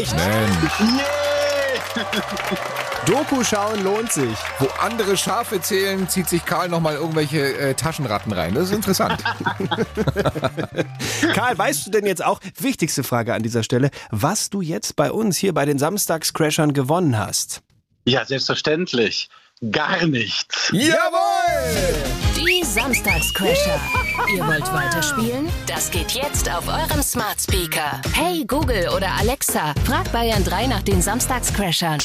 C: Doku schauen lohnt sich.
D: Wo andere Schafe zählen, zieht sich Karl nochmal irgendwelche äh, Taschenratten rein. Das ist interessant.
C: Karl, weißt du denn jetzt auch, wichtigste Frage an dieser Stelle, was du jetzt bei uns hier bei den Samstagscrashern gewonnen hast?
I: Ja, selbstverständlich. Gar nichts.
D: Jawohl!
B: Die Samstagscrasher. Ihr wollt weiterspielen? Das geht jetzt auf eurem Smart Speaker. Hey Google oder Alexa, frag Bayern 3 nach den Samstagscrashern.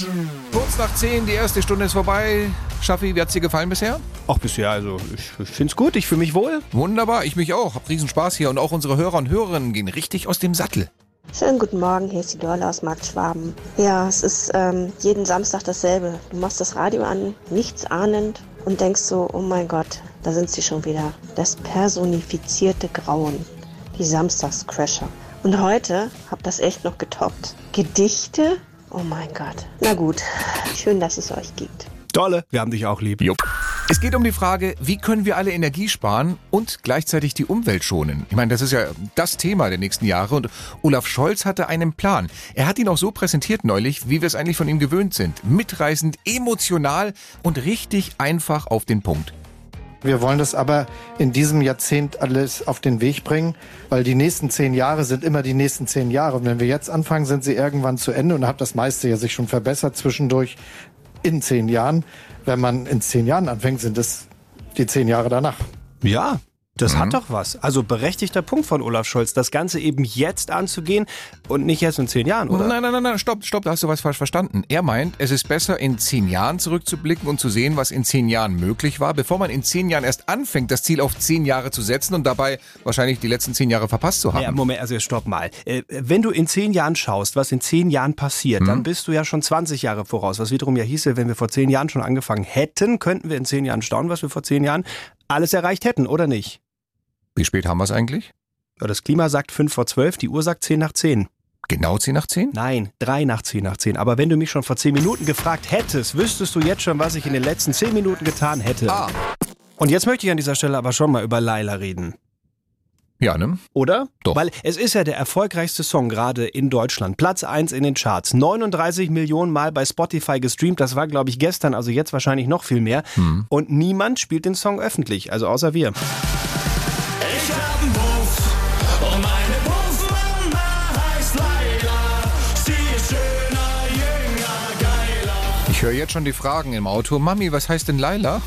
D: Kurz nach 10, die erste Stunde ist vorbei. Schaffi, wie hat's dir gefallen bisher?
C: Auch bisher, also ich, ich find's gut, ich fühle mich wohl.
D: Wunderbar, ich mich auch. Hab riesen Spaß hier und auch unsere Hörer und Hörerinnen gehen richtig aus dem Sattel.
J: Schönen guten Morgen, hier ist die Dorla aus Markt Schwaben. Ja, es ist ähm, jeden Samstag dasselbe. Du machst das Radio an, nichts ahnend und denkst so, oh mein Gott, da sind sie schon wieder. Das personifizierte Grauen, die Samstagscrasher. Und heute hab das echt noch getoppt. Gedichte? Oh mein Gott. Na gut, schön, dass es euch gibt.
C: Dolle, wir haben dich auch lieb.
D: Es geht um die Frage, wie können wir alle Energie sparen und gleichzeitig die Umwelt schonen? Ich meine, das ist ja das Thema der nächsten Jahre und Olaf Scholz hatte einen Plan. Er hat ihn auch so präsentiert neulich, wie wir es eigentlich von ihm gewöhnt sind. Mitreißend, emotional und richtig einfach auf den Punkt.
K: Wir wollen das aber in diesem Jahrzehnt alles auf den Weg bringen, weil die nächsten zehn Jahre sind immer die nächsten zehn Jahre. Und wenn wir jetzt anfangen, sind sie irgendwann zu Ende und hat das meiste ja sich schon verbessert zwischendurch in zehn Jahren. Wenn man in zehn Jahren anfängt, sind es die zehn Jahre danach.
C: Ja, das hat doch was. Also berechtigter Punkt von Olaf Scholz, das Ganze eben jetzt anzugehen und nicht erst in zehn Jahren, oder?
D: Nein, nein, nein, nein, stopp, stopp, da hast du was falsch verstanden. Er meint, es ist besser, in zehn Jahren zurückzublicken und zu sehen, was in zehn Jahren möglich war, bevor man in zehn Jahren erst anfängt, das Ziel auf zehn Jahre zu setzen und dabei wahrscheinlich die letzten zehn Jahre verpasst zu haben.
C: Ja, Moment, also jetzt stopp mal. Äh, Wenn du in zehn Jahren schaust, was in zehn Jahren passiert, dann bist du ja schon 20 Jahre voraus. Was wiederum ja hieße, wenn wir vor zehn Jahren schon angefangen hätten, könnten wir in zehn Jahren staunen, was wir vor zehn Jahren alles erreicht hätten, oder nicht?
D: Wie spät haben wir es eigentlich?
C: Ja, Das Klima sagt fünf vor zwölf, die Uhr sagt zehn nach zehn.
D: Genau 10 nach 10?
C: Nein, drei nach zehn nach zehn. Aber wenn du mich schon vor zehn Minuten gefragt hättest, wüsstest du jetzt schon, was ich in den letzten zehn Minuten getan hätte.
D: Ah.
C: Und jetzt möchte ich an dieser Stelle aber schon mal über Laila reden.
D: Ja, ne?
C: Oder? Doch. Weil es ist ja der erfolgreichste Song gerade in Deutschland. Platz 1 in den Charts. 39 Millionen Mal bei Spotify gestreamt. Das war, glaube ich, gestern, also jetzt wahrscheinlich noch viel mehr.
D: Hm.
C: Und niemand spielt den Song öffentlich, also außer wir.
L: Ich hab einen Puff und meine Puffmama heißt Laila. Sie ist schöner, jünger, geiler.
D: Ich höre jetzt schon die Fragen im Auto. Mami, was heißt denn Laila?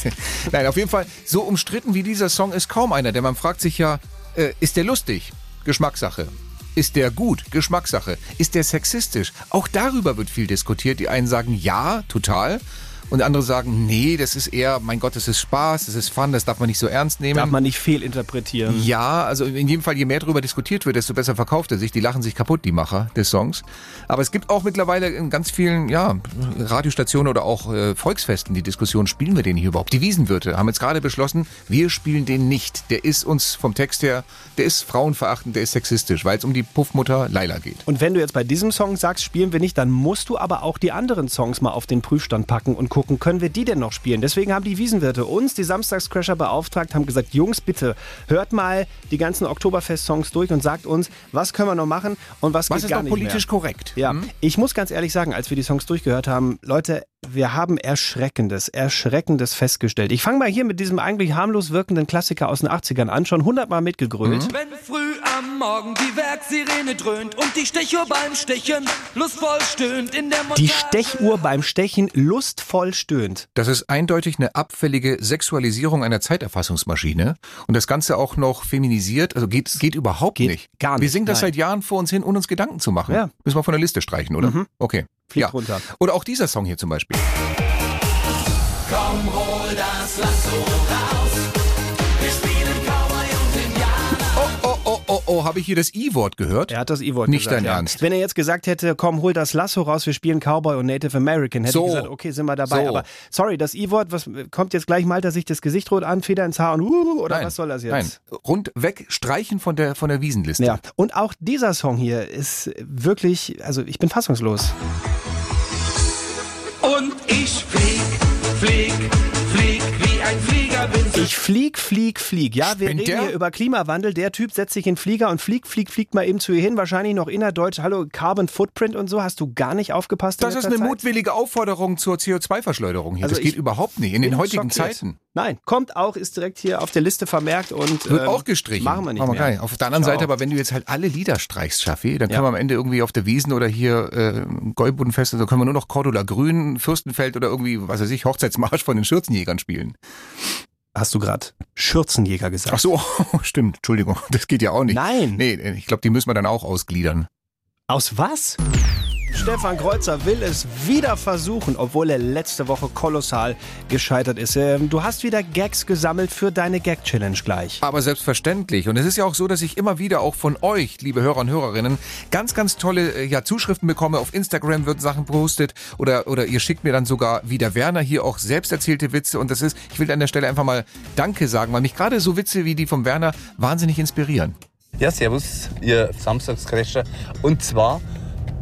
D: Nein, auf jeden Fall, so umstritten wie dieser Song ist kaum einer, denn man fragt sich ja, äh, ist der lustig? Geschmackssache. Ist der gut? Geschmackssache. Ist der sexistisch? Auch darüber wird viel diskutiert. Die einen sagen ja, total. Und andere sagen, nee, das ist eher, mein Gott, das ist Spaß, das ist Fun, das darf man nicht so ernst nehmen.
C: Darf man nicht fehlinterpretieren.
D: Ja, also in jedem Fall, je mehr darüber diskutiert wird, desto besser verkauft er sich. Die lachen sich kaputt, die Macher des Songs. Aber es gibt auch mittlerweile in ganz vielen ja, Radiostationen oder auch äh, Volksfesten die Diskussion, spielen wir den hier überhaupt? Die Wiesenwirte haben jetzt gerade beschlossen, wir spielen den nicht. Der ist uns vom Text her, der ist frauenverachtend, der ist sexistisch, weil es um die Puffmutter Laila geht.
C: Und wenn du jetzt bei diesem Song sagst, spielen wir nicht, dann musst du aber auch die anderen Songs mal auf den Prüfstand packen und gucken, können wir die denn noch spielen? Deswegen haben die Wiesenwirte uns, die Samstagscrasher, beauftragt, haben gesagt, Jungs, bitte, hört mal die ganzen Oktoberfest-Songs durch und sagt uns, was können wir noch machen und was,
D: Was
C: geht
D: ist
C: gar
D: noch
C: nicht
D: politisch
C: mehr.
D: korrekt?
C: Ja, ich muss ganz ehrlich sagen, als wir die Songs durchgehört haben, Leute, wir haben Erschreckendes, Erschreckendes festgestellt. Ich fange mal hier mit diesem eigentlich harmlos wirkenden Klassiker aus den 80ern an, schon hundertmal mitgegrölt.
D: Mhm.
L: Wenn früh am Morgen die Werksirene dröhnt und die Stechuhr beim Stechen lustvoll stöhnt in der
C: Die Stechuhr beim Stechen lustvoll stöhnt.
D: Das ist eindeutig eine abfällige Sexualisierung einer Zeiterfassungsmaschine und das Ganze auch noch feminisiert. Also geht, geht überhaupt nicht.
C: gar nicht,
D: Wir singen das
C: nein.
D: seit Jahren vor uns hin, ohne uns Gedanken zu machen.
C: Ja.
D: Müssen wir von der Liste streichen, oder?
C: Mhm.
D: Okay.
C: Fliegt
D: ja.
C: runter.
D: Oder auch dieser Song hier zum Beispiel.
L: Komm, hol das Lasso raus. Wir spielen Cowboy und Indianer.
D: Oh, oh, oh, oh, oh, habe ich hier das I-Wort gehört?
C: Er hat das E-Wort
D: Nicht
C: gesagt,
D: dein
C: ja.
D: Ernst.
C: Wenn er jetzt gesagt hätte, komm, hol das Lasso raus, wir spielen Cowboy und Native American, hätte
D: So.
C: ich gesagt, okay, sind wir dabei.
D: So.
C: Aber sorry, das I-Wort, was kommt jetzt gleich mal, dass ich das Gesicht rot an, Feder ins Haar und uh, oder
D: Nein,
C: was soll das jetzt?
D: Nein, rund weg, streichen von der, von der Wiesenliste.
C: Ja, und auch dieser Song hier ist wirklich, also ich bin fassungslos.
L: Und ich flieg, flieg, flieg wie ein Fliegerwind.
C: Ich flieg, flieg, flieg. Ja, wir
D: Spinnt
C: reden
D: der?
C: hier über Klimawandel. Der Typ setzt sich in den Flieger und fliegt, fliegt, fliegt mal eben zu ihr hin. Wahrscheinlich noch innerdeutsch. Hallo, Carbon Footprint und so. Hast du gar nicht aufgepasst? in
D: Das ist
C: letzter
D: eine
C: Zeit?
D: mutwillige Aufforderung zur CO2-Verschleuderung hier.
C: Also
D: das
C: ich
D: geht überhaupt nicht. In den
C: bin
D: heutigen
C: schockiert.
D: Zeiten.
C: Nein, kommt auch, ist direkt hier auf der Liste vermerkt und
D: Wird
C: ähm,
D: auch gestrichen.
C: Machen wir nicht
D: Machen
C: mehr.
D: gar nicht. Auf der anderen
C: Ciao.
D: Seite, aber wenn du jetzt halt alle Lieder streichst, Schaffi, dann
C: Ja.
D: können wir am Ende irgendwie auf der Wiesen oder hier äh, Golbudenfest, also können wir nur noch Cordula Grün, Fürstenfeld oder irgendwie, was weiß ich, Hochzeitsmarsch von den Schürzenjägern spielen.
C: Hast du gerade Schürzenjäger gesagt?
D: Ach so, stimmt, Entschuldigung, das geht ja auch nicht.
C: Nein.
D: Nee, ich glaube, die müssen wir dann auch ausgliedern.
C: Aus was? Stefan Kreuzer will es wieder versuchen, obwohl er letzte Woche kolossal gescheitert ist. Ähm, Du hast wieder Gags gesammelt für deine Gag-Challenge gleich.
D: Aber selbstverständlich. Und es ist ja auch so, dass ich immer wieder auch von euch, liebe Hörer und Hörerinnen, ganz, ganz tolle äh, ja, Zuschriften bekomme. Auf Instagram wird Sachen postet oder, oder ihr schickt mir dann sogar wieder Werner hier auch selbst erzählte Witze. Und das ist, ich will an der Stelle einfach mal Danke sagen, weil mich gerade so Witze wie die vom Werner wahnsinnig inspirieren.
M: Ja, servus, ihr Samstagscrasher. Und zwar,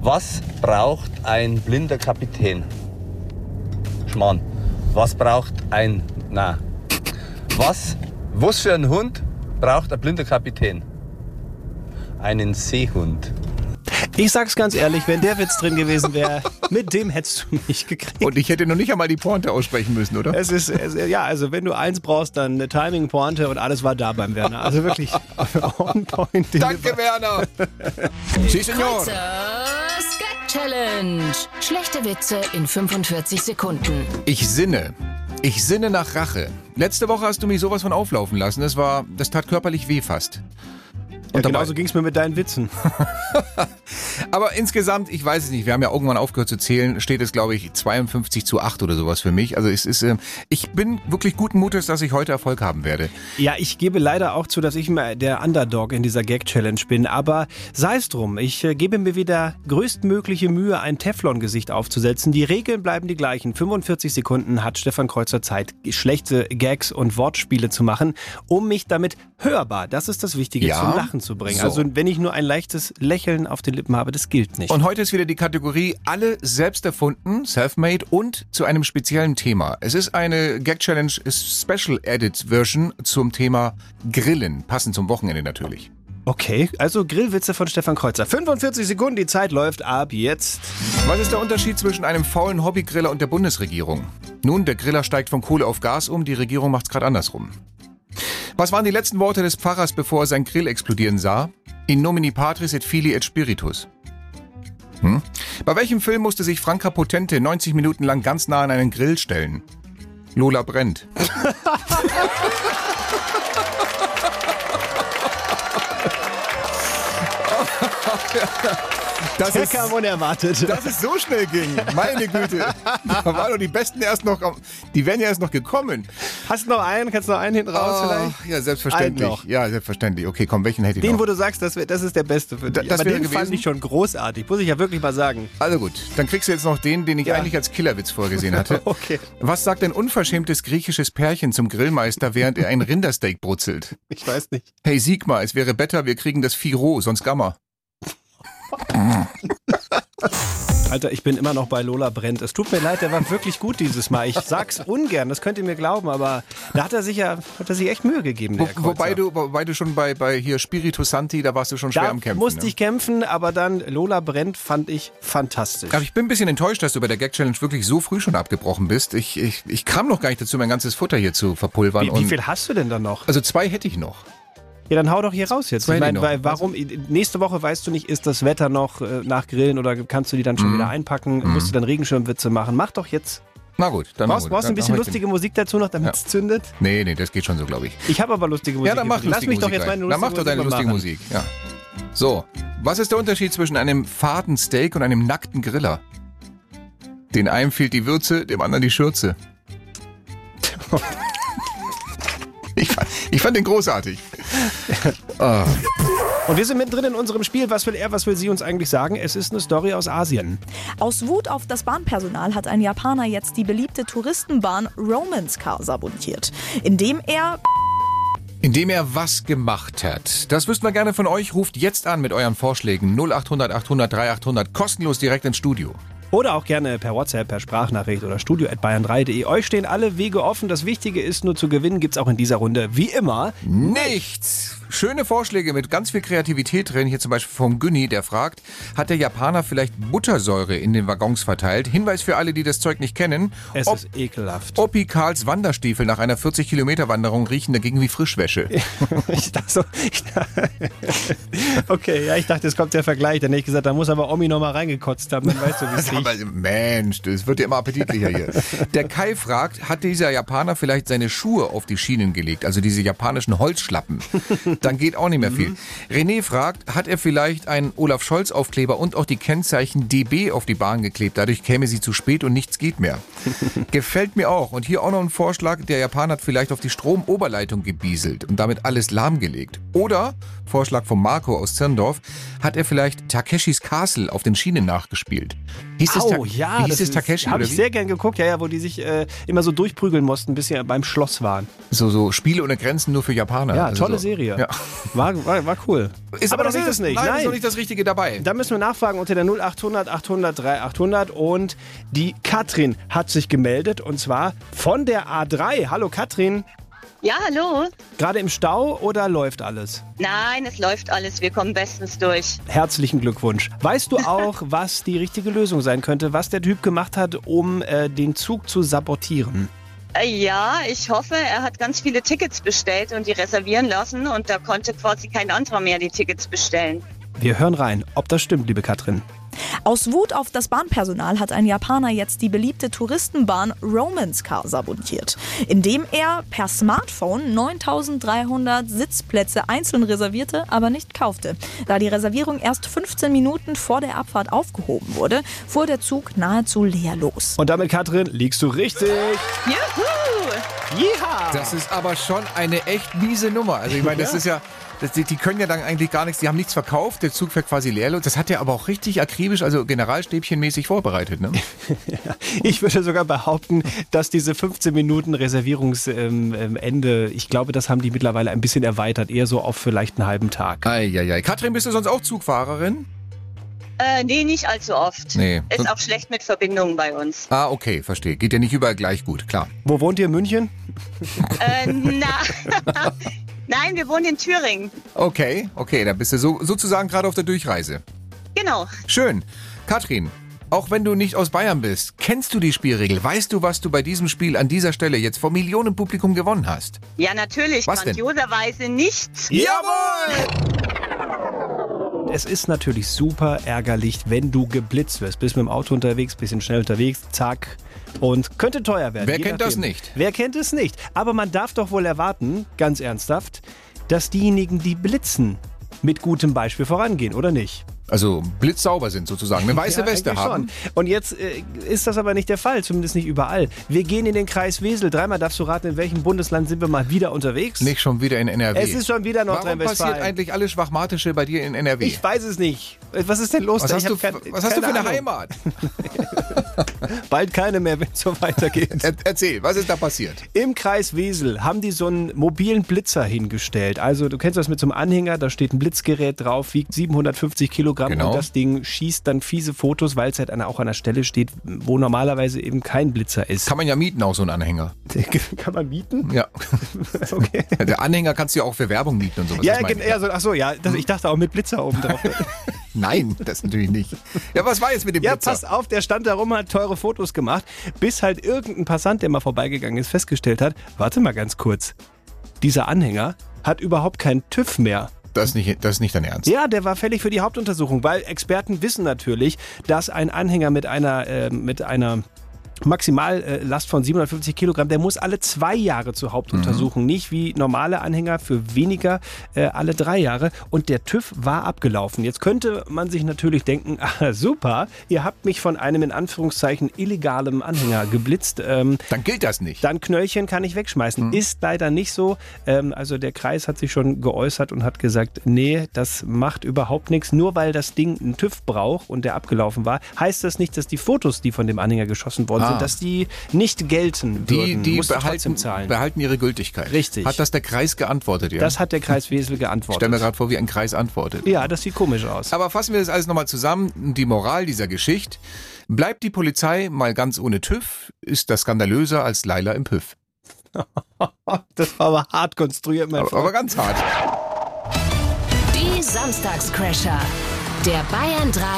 M: was braucht ein blinder Kapitän? Schmarrn. Was braucht ein. Na. Was? Was für ein Hund braucht ein blinder Kapitän? Einen Seehund.
C: Ich sag's ganz ehrlich, wenn der Witz drin gewesen wäre, mit dem hättest du mich gekriegt.
D: Und ich hätte noch nicht einmal die Pointe aussprechen müssen, oder?
C: Es ist, es, ja, also wenn du eins brauchst, dann eine Timing-Pointe und alles war da beim Werner. Also wirklich on point.
D: Danke, Werner! Sie, Senor!
B: Kreuzers Gag Challenge. Schlechte Witze in 45 Sekunden.
D: Ich sinne. Ich sinne nach Rache. Letzte Woche hast du mich sowas von auflaufen lassen. Das war, das tat körperlich weh fast.
C: Und
D: dabei-
C: genauso ging's mir mit deinen Witzen.
D: Aber insgesamt, ich weiß es nicht, wir haben ja irgendwann aufgehört zu zählen, steht es, glaube ich, 52 zu 8 oder sowas für mich. Also es ist, ähm, ich bin wirklich guten Mutes, dass ich heute Erfolg haben werde.
C: Ja, ich gebe leider auch zu, dass ich immer der Underdog in dieser Gag-Challenge bin, aber sei es drum, ich äh, gebe mir wieder größtmögliche Mühe, ein Teflon-Gesicht aufzusetzen. Die Regeln bleiben die gleichen. 45 Sekunden hat Stefan Kreuzer Zeit, schlechte Gags und Wortspiele zu machen, um mich damit hörbar, das ist das Wichtige,
D: Ja.
C: zum Lachen Lachen zu bringen.
D: So.
C: Also wenn ich nur ein leichtes Lächeln auf den Lippen habe, das gilt nicht.
D: Und heute ist wieder die Kategorie alle selbst erfunden, self-made und zu einem speziellen Thema. Es ist eine Gag Challenge Special Edit Version zum Thema Grillen, passend zum Wochenende natürlich.
C: Okay, also Grillwitze von Stefan Kreuzer. 45 Sekunden, die Zeit läuft ab jetzt.
D: Was ist der Unterschied zwischen einem faulen Hobbygriller und der Bundesregierung? Nun, der Griller steigt von Kohle auf Gas um, die Regierung macht's gerade andersrum. Was waren die letzten Worte des Pfarrers, bevor er sein Grill explodieren sah? In nomini patris et filii et spiritus. Hm? Bei welchem Film musste sich Franka Potente 90 Minuten lang ganz nah an einen Grill stellen? Lola brennt. Das
C: Der
D: ist,
C: kam unerwartet.
D: Dass es so schnell ging. Meine Güte. Da waren doch die Besten erst noch, am- die wären ja erst noch gekommen.
C: Hast du noch einen? Kannst du noch einen hinten raus
D: Ah,
C: vielleicht?
D: Ja, selbstverständlich.
C: Einen noch.
D: Ja, selbstverständlich. Okay, komm, welchen hätte ich
C: Den,
D: noch?
C: wo du sagst, das, wär, das ist der beste für
D: Da-
C: dich.
D: das
C: Aber
D: wäre
C: den fand
D: gewesen?
C: ich schon großartig, muss ich ja wirklich mal sagen.
D: Also gut, dann kriegst du jetzt noch den, den ich eigentlich als Killerwitz vorgesehen hatte.
C: Okay.
D: Was sagt ein unverschämtes griechisches Pärchen zum Grillmeister, während er ein Rindersteak brutzelt?
C: Ich weiß nicht.
D: Hey Sigma, es wäre besser, wir kriegen das Vieh roh, sonst Gamma.
C: Alter, ich bin immer noch bei Lola Brent. Es tut mir leid, der war wirklich gut dieses Mal. Ich sag's ungern, das könnt ihr mir glauben, aber da hat er sich ja hat er sich echt Mühe gegeben, der
D: Wo,
C: Herr Kreuzer.
D: wobei, du, wobei du schon bei, bei hier Spiritus Santi, da warst du schon schwer
C: da
D: am Kämpfen.
C: musste
D: ne?
C: ich kämpfen, aber dann Lola Brent fand ich fantastisch.
D: Aber ich bin ein bisschen enttäuscht, dass du bei der Gag Challenge wirklich so früh schon abgebrochen bist. Ich, ich, ich kam noch gar nicht dazu, mein ganzes Futter hier zu verpulvern.
C: Wie, wie
D: und-
C: viel hast du denn dann noch?
D: Also zwei hätte ich noch.
C: Ja, dann hau doch hier raus jetzt.
D: Zwei
C: Ich
D: hätte ich
C: meine, weil
D: noch.
C: warum? Nächste Woche weißt du nicht, ist das Wetter noch äh, nach Grillen oder kannst du die
D: Mhm.
C: dann schon wieder einpacken? Musst du dann Regenschirmwitze machen? Mach doch jetzt.
D: Na gut, dann
C: brauchst
D: machen wir-
C: brauchst
D: dann
C: ein bisschen
D: machen wir den.
C: lustige Musik dazu noch, damit es zündet?
D: Nee, nee, das geht schon so, glaube ich.
C: Ich habe aber lustige Musik.
D: ja, dann mach
C: übrig. Lass
D: lustige
C: mich doch
D: Musik
C: jetzt meine
D: rein.
C: lustige
D: Dann mach doch deine
C: mal
D: lustige
C: machen.
D: Musik, ja. So, was ist der Unterschied zwischen einem faden Steak und einem nackten Griller? Den einen fehlt die Würze, dem anderen die Schürze. ich, fand, ich fand den großartig. Ah.
C: Und wir sind mittendrin in unserem Spiel. Was will er, was will sie uns eigentlich sagen? Es ist eine Story aus Asien.
F: Aus Wut auf das Bahnpersonal hat ein Japaner jetzt die beliebte Touristenbahn Romance Car sabotiert, indem er
D: Indem er was gemacht hat. Das wüssten wir gerne von euch. Ruft jetzt an mit euren Vorschlägen 0800 800 3800 kostenlos direkt ins Studio.
C: Oder auch gerne per WhatsApp, per Sprachnachricht oder studio.bayern3.de. Euch stehen alle Wege offen. Das Wichtige ist nur zu gewinnen, gibt's auch in dieser Runde, wie immer,
D: Nichts. Schöne Vorschläge mit ganz viel Kreativität drin. Hier zum Beispiel vom Günni, der fragt, hat der Japaner vielleicht Buttersäure in den Waggons verteilt? Hinweis für alle, die das Zeug nicht kennen.
C: Es
D: Ob-
C: ist ekelhaft.
D: Oppi Karls Wanderstiefel nach einer 40-Kilometer-Wanderung riechen dagegen wie Frischwäsche.
C: ich dachte so, ich dachte, okay, ja, ich dachte, es kommt der Vergleich. Dann hätte ich gesagt, da muss aber Omi nochmal reingekotzt haben, dann weißt du, wie es riecht.
D: Aber Mensch, das wird ja immer appetitlicher hier. Der Kai fragt, hat dieser Japaner vielleicht seine Schuhe auf die Schienen gelegt, also diese japanischen Holzschlappen? Dann geht auch nicht mehr viel. René fragt, hat er vielleicht einen Olaf Scholz Aufkleber und auch die Kennzeichen DB auf die Bahn geklebt? Dadurch käme sie zu spät und nichts geht mehr. Gefällt mir auch. Und hier auch noch ein Vorschlag, der Japaner hat vielleicht auf die Stromoberleitung gebieselt und damit alles lahmgelegt. Oder, Vorschlag von Marco aus Zirndorf, hat er vielleicht Takeshis Castle auf den Schienen nachgespielt? Hieß es,
C: Au,
D: Ta
C: ja,
D: hieß
C: das
D: es
C: ist-
D: Takeshi
C: Habe
D: oder
C: ich
D: wie?
C: sehr gern geguckt, ja, ja, wo die sich äh, immer so durchprügeln mussten, bis sie beim Schloss waren.
D: so, so Spiele ohne Grenzen nur für Japaner.
C: Ja,
D: Also
C: tolle
D: so.
C: Serie.
D: Ja.
C: War, war, war cool.
D: Ist aber,
C: das
D: noch
C: ist
D: nicht
C: es
D: das,
C: nicht.
D: Nein,
C: Nein.
D: ist noch nicht das Richtige dabei.
C: Da müssen wir nachfragen unter der 0800 800 3800 und die Katrin hat sich gemeldet und zwar von der A3. Hallo Katrin,
N: Ja, hallo.
C: gerade im Stau oder läuft alles?
N: Nein, es läuft alles. Wir kommen bestens durch.
C: Herzlichen Glückwunsch. Weißt du auch, was die richtige Lösung sein könnte, was der Typ gemacht hat, um äh, den Zug zu sabotieren?
N: Äh, ja, ich hoffe, er hat ganz viele Tickets bestellt und die reservieren lassen und da konnte quasi kein anderer mehr die Tickets bestellen.
C: Wir hören rein, ob das stimmt, liebe Katrin.
F: aus Wut auf das Bahnpersonal hat ein Japaner jetzt die beliebte Touristenbahn Romance Car sabotiert, indem er per Smartphone 9300 Sitzplätze einzeln reservierte, aber nicht kaufte. Da die Reservierung erst 15 Minuten vor der Abfahrt aufgehoben wurde, fuhr der Zug nahezu leer los.
C: Und damit, Katrin, liegst du richtig.
N: Juhu!
C: Jeha!
D: Das ist aber schon eine echt miese Nummer. Also ich meine, das
C: Ja.
D: ist ja, das, die, die können ja dann eigentlich gar nichts, die haben nichts verkauft, der Zug fährt quasi leerlos. Das hat er aber auch richtig akribisch, also generalstäbchenmäßig vorbereitet. Ne?
C: Ich würde sogar behaupten, dass diese 15 Minuten Reservierungsende, ähm, ähm, Ende, ich glaube, das haben die mittlerweile ein bisschen erweitert, eher so auf vielleicht einen halben Tag.
D: Eieiei. Katrin, bist du sonst auch Zugfahrerin?
N: Äh, nee, nicht allzu oft.
D: Nee.
N: Ist auch schlecht mit Verbindungen bei uns.
D: Ah, okay, verstehe. Geht ja nicht überall gleich gut, klar.
C: Wo wohnt ihr in München?
N: äh, na. Nein, wir wohnen in Thüringen.
D: Okay, okay, da bist du so, sozusagen gerade auf der Durchreise.
N: Genau.
D: Schön. Katrin, auch wenn du nicht aus Bayern bist, kennst du die Spielregel? Weißt du, was du bei diesem Spiel an dieser Stelle jetzt vor Millionenpublikum gewonnen hast?
N: Ja, natürlich.
D: Was denn?
N: grandioserweise nichts.
D: Jawohl!
C: Es ist natürlich super ärgerlich, wenn du geblitzt wirst. Bist mit dem Auto unterwegs, bisschen schnell unterwegs, zack. Und könnte teuer werden.
D: Wer
C: je
D: kennt das nicht?
C: Wer kennt es nicht? Aber man darf doch wohl erwarten, ganz ernsthaft, dass diejenigen, die blitzen, mit gutem Beispiel vorangehen, oder nicht?
D: Also blitzsauber sind sozusagen, eine weiße
C: Ja,
D: Weste
C: eigentlich
D: haben.
C: Schon. Und jetzt äh, ist das aber nicht der Fall, zumindest nicht überall. Wir gehen in den Kreis Wesel. Dreimal darfst du raten, in welchem Bundesland sind wir mal wieder unterwegs?
D: Nicht schon wieder in NRW.
C: Es ist schon wieder
D: Warum
C: Nordrhein-Westfalen.
D: passiert eigentlich alles Schwachmatische bei dir in NRW?
C: Ich weiß es nicht. Was ist denn los?
D: Was
C: da?
D: hast
C: ich
D: du
C: hab kein-
D: was hast du für
C: keine
D: eine
C: Ahnung.
D: Heimat?
C: Bald keine mehr, wenn es so weitergeht.
D: Er- Erzähl, was ist da passiert?
C: Im Kreis Wesel haben die so einen mobilen Blitzer hingestellt. Also du kennst das mit so einem Anhänger, da steht ein Blitzgerät drauf, wiegt 750 Kilogramm
D: Genau.
C: und das Ding schießt dann fiese Fotos, weil es halt an, auch an der Stelle steht, wo normalerweise eben kein Blitzer ist.
D: Kann man ja mieten, auch so einen Anhänger.
C: Kann man mieten?
D: Ja.
C: Okay.
D: Der Anhänger kannst du ja auch für Werbung mieten und sowas.
C: Ja,
D: das meine
C: gen-
D: ich.
C: ja, so, ach so, ja, das, ich dachte auch mit Blitzer oben drauf.
D: Nein, das natürlich nicht. Ja, was war jetzt mit dem
C: ja,
D: Blitzer?
C: pass auf, der stand da rum, hat teure Fotos gemacht, bis halt irgendein Passant, der mal vorbeigegangen ist, festgestellt hat, warte mal ganz kurz, dieser Anhänger hat überhaupt keinen TÜV mehr.
D: Das ist nicht, das ist nicht dein Ernst.
C: Ja, der war fällig für die Hauptuntersuchung, weil Experten wissen natürlich, dass ein Anhänger mit einer, äh, mit einer Maximallast von 750 Kilogramm, der muss alle zwei Jahre zur Hauptuntersuchung, nicht wie normale Anhänger für weniger äh, alle drei Jahre. Und der TÜV war abgelaufen. Jetzt könnte man sich natürlich denken, ah, super, ihr habt mich von einem in Anführungszeichen illegalem Anhänger geblitzt. Ähm,
D: Dann gilt das nicht.
C: dann Knöllchen kann ich wegschmeißen.
D: Mhm.
C: Ist leider nicht so. Ähm, also der Kreis hat sich schon geäußert und hat gesagt, nee, das macht überhaupt nichts. Nur weil das Ding einen TÜV braucht und der abgelaufen war, heißt das nicht, dass die Fotos, die von dem Anhänger geschossen worden
D: Ah.
C: sind, dass die nicht gelten
D: Die,
C: würden.
D: die
C: Musst du trotzdem
D: behalten,
C: zahlen.
D: behalten ihre Gültigkeit.
C: Richtig.
D: Hat das der Kreis geantwortet? Ja?
C: Das hat der Kreis Wesel
D: ich stelle mir
C: geantwortet.
D: gerade vor, wie ein Kreis antwortet.
C: Ja, das sieht komisch aus.
D: Aber fassen wir das alles nochmal zusammen. Die Moral dieser Geschichte. Bleibt die Polizei mal ganz ohne TÜV, ist das skandalöser als Laila im Püff.
C: Das war aber hart konstruiert, mein
D: Aber, aber ganz hart.
B: Die Samstagscrasher. Der Bayern 3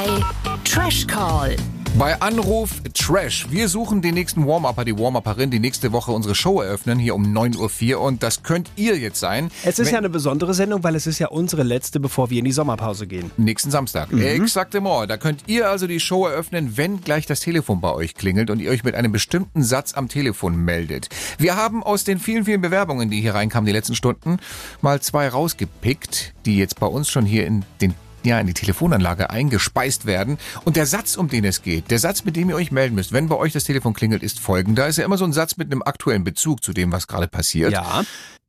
B: Trash Call.
D: Bei Anruf Trash. Wir suchen den nächsten Warm-Upper, die Warm-Upperin, die nächste Woche unsere Show eröffnen, hier um 9.04 Uhr. Und das könnt ihr jetzt sein.
C: Es ist
D: Wenn-
C: ja eine besondere Sendung, weil es ist ja unsere letzte, bevor wir in die Sommerpause gehen.
D: Nächsten Samstag. Exakt immer. Da könnt ihr also die Show eröffnen, wenn gleich das Telefon bei euch klingelt und ihr euch mit einem bestimmten Satz am Telefon meldet. Wir haben aus den vielen, vielen Bewerbungen, die hier reinkamen die letzten Stunden, mal zwei rausgepickt, die jetzt bei uns schon hier in den ja, in die Telefonanlage eingespeist werden. Und der Satz, um den es geht, der Satz, mit dem ihr euch melden müsst, wenn bei euch das Telefon klingelt, ist folgender. Ist ja immer so ein Satz mit einem aktuellen Bezug zu dem, was gerade passiert.
C: Ja.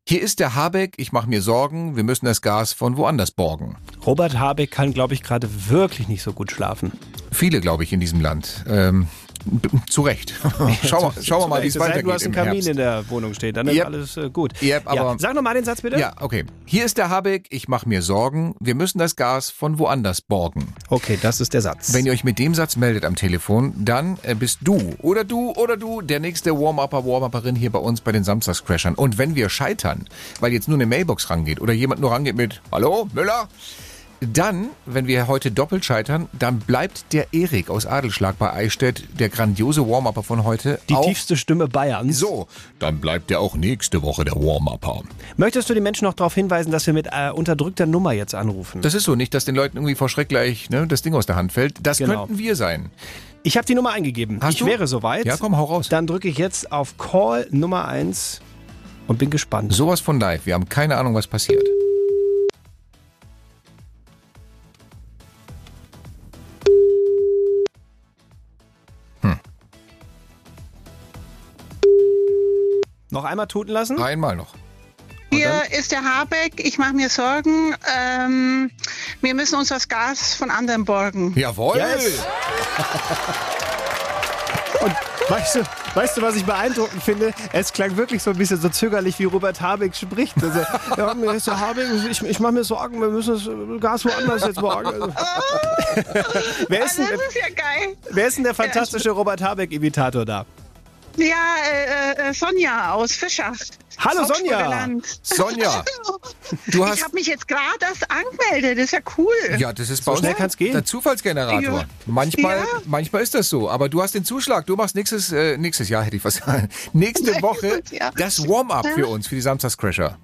D: Hier ist der Habeck, ich mache mir Sorgen, wir müssen das Gas von woanders borgen.
C: Robert Habeck kann, glaube ich, gerade wirklich nicht so gut schlafen.
D: Viele, glaube ich, in diesem Land. Ähm, b- zu Recht. Schauen wir schau mal, wie es
C: Sei denn,
D: weitergeht.
C: Du hast einen
D: im
C: Kamin
D: Herbst.
C: in der Wohnung stehen, dann ist
D: Yep.
C: alles äh, gut.
D: Yep, aber-
C: ja, sag nochmal den Satz bitte.
D: Ja, okay. Hier ist der Habeck, ich mache mir Sorgen. Wir müssen das Gas von woanders borgen.
C: Okay, das ist der Satz.
D: Wenn ihr euch mit dem Satz meldet am Telefon, dann äh, bist du oder du oder du der nächste Warm-Upper, Warm-Upperin hier bei uns bei den Samstagscrashern. Und wenn wir scheitern, weil jetzt nur eine Mailbox rangeht oder jemand nur rangeht mit Hallo, Müller, dann, wenn wir heute doppelt scheitern, dann bleibt der Erik aus Adelschlag bei Eichstätt, der grandiose Warm-Upper von heute,
C: die
D: auch
C: tiefste Stimme Bayerns.
D: So, dann bleibt ja auch nächste Woche der Warm-Upper.
C: Möchtest du die Menschen noch darauf hinweisen, dass wir mit äh, unterdrückter Nummer jetzt anrufen?
D: Das ist so, nicht, dass den Leuten irgendwie vor Schreck gleich ne, das Ding aus der Hand fällt. Das
C: Genau.
D: könnten wir sein.
C: ich habe die Nummer eingegeben.
D: Hast
C: ich
D: du?
C: wäre soweit.
D: Ja, komm, hau raus.
C: Dann drücke ich jetzt auf Call Nummer 1 und bin gespannt.
D: Sowas von live. Wir haben keine Ahnung, was passiert.
C: Noch einmal tuten lassen?
D: Einmal noch.
O: Hier ist der Habeck, ich mache mir Sorgen. Ähm, wir müssen uns das Gas von anderen borgen.
D: Jawohl.
C: Yes. Und weißt du, weißt du, was ich beeindruckend finde? Es klang wirklich so ein bisschen so zögerlich, wie Robert Habeck spricht. Also, ja, mir ist der Habeck, ich, ich mache mir Sorgen, wir müssen das Gas woanders jetzt morgen. Also. wer, ist denn,
N: Ah,
O: Das ist ja geil.
C: wer ist denn der fantastische Robert Habeck-Imitator da?
O: Ja, äh, äh, Sonja aus Fischach.
C: Hallo,
O: Vom
C: Sonja.
O: Schwudeland.
D: Sonja.
O: Du
D: Du
O: hast
D: hast-
O: ich habe mich jetzt gerade erst angemeldet, das ist ja cool.
D: Ja, das ist
C: So
D: bei uns
C: schnell kann's gehen.
D: der Zufallsgenerator.
O: Ja.
D: Manchmal,
O: Ja.
D: manchmal ist das so, aber du hast den Zuschlag. Du machst nächstes, äh, nächstes Jahr, hätte ich was Nächste Woche das Warm-up
O: Ja.
D: für uns, für die Samstagscrasher.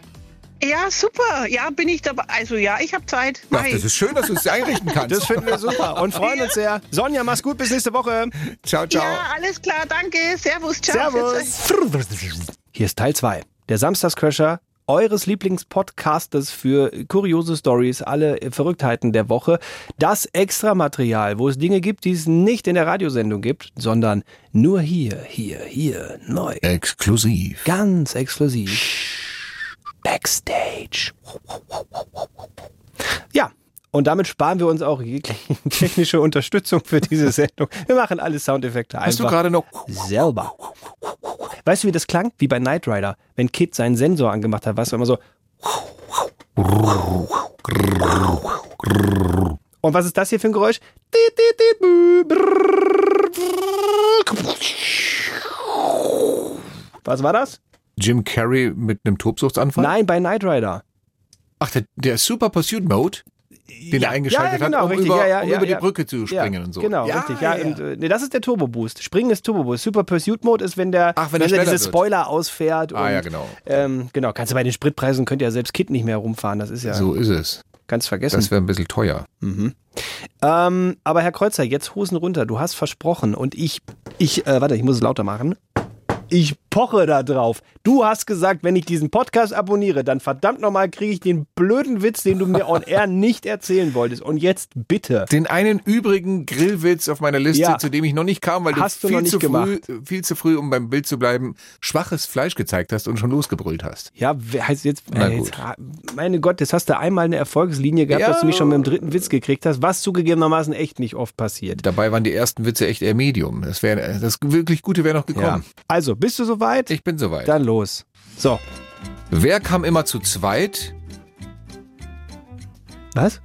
O: Ja, super. Ja, bin ich dabei. Also ja, ich habe Zeit.
D: Ja,
O: Mach ich.
D: das ist schön, dass du es einrichten kannst.
C: Das finden wir super und freuen uns sehr. Sonja, mach's gut, bis nächste Woche.
D: Ciao,
O: Ja, alles klar, danke. Servus, ciao. äh,
C: Servus. Hier ist Teil 2. Der Samstagscrasher eures Lieblingspodcastes für kuriose Stories, alle Verrücktheiten der Woche. Das Extramaterial, wo es Dinge gibt, die es nicht in der Radiosendung gibt, sondern nur hier, hier, hier, neu.
D: Exklusiv.
C: Ganz exklusiv. Backstage. Ja. Und damit sparen wir uns auch jegliche technische Unterstützung für diese Sendung. Wir machen alle Soundeffekte einfach
D: Hast du gerade noch
C: selber. Weißt du, wie das klang? Wie bei Knight Rider, wenn Kit seinen Sensor angemacht hat, weißt du immer so. Und was ist das hier für ein Geräusch? Was war das?
D: Jim Carrey mit einem Tobsuchtsanfall?
C: Nein, bei Knight Rider.
D: Ach, der, der Super Pursuit Mode, den er eingeschaltet
C: genau,
D: hat, um
C: richtig,
D: über,
C: ja, ja,
D: um
C: ja,
D: über
C: ja.
D: die Brücke zu springen und so.
C: Genau, richtig. Ja, Und, äh, nee, das ist der Turbo Boost. Springen ist Turbo Boost. Super Pursuit Mode ist, wenn der,
D: Ach, wenn er
C: der
D: schneller
C: diese
D: wird.
C: Spoiler ausfährt.
D: Ah,
C: und,
D: ja, genau.
C: Ähm, genau, kannst du bei den Spritpreisen könnt ihr ja selbst Kit nicht mehr rumfahren. Das ist ja
D: So ist es.
C: ganz vergessen.
D: Das wäre ein bisschen teuer.
C: Ähm, aber Herr Kreuzer, jetzt Hosen runter. Du hast versprochen und ich, ich, äh, warte, ich muss es lauter machen. Ich poche da drauf. Du hast gesagt, wenn ich diesen Podcast abonniere, dann verdammt nochmal kriege ich den blöden Witz, den du mir on air nicht erzählen wolltest. Und jetzt bitte.
D: Den einen übrigen Grillwitz auf meiner Liste,
C: Ja.
D: zu dem ich noch nicht kam, weil du,
C: Hast du noch
D: viel,
C: nicht
D: zu früh,
C: gemacht.
D: viel zu früh, um beim Bild zu bleiben, schwaches Fleisch gezeigt hast und schon losgebrüllt hast.
C: Ja, wer heißt jetzt,
D: Na
C: äh,
D: gut.
C: jetzt, ha- meine Gott, jetzt hast du einmal eine Erfolgslinie gehabt,
D: Ja.
C: dass du mich schon mit dem dritten Witz gekriegt hast, was zugegebenermaßen echt nicht oft passiert.
D: Dabei waren die ersten Witze echt eher Medium. Das, wär, das wirklich Gute wäre noch gekommen.
C: Also, bist du soweit?
D: Ich bin soweit.
C: Dann los. So.
D: Wer kam immer zu zweit?
C: Was?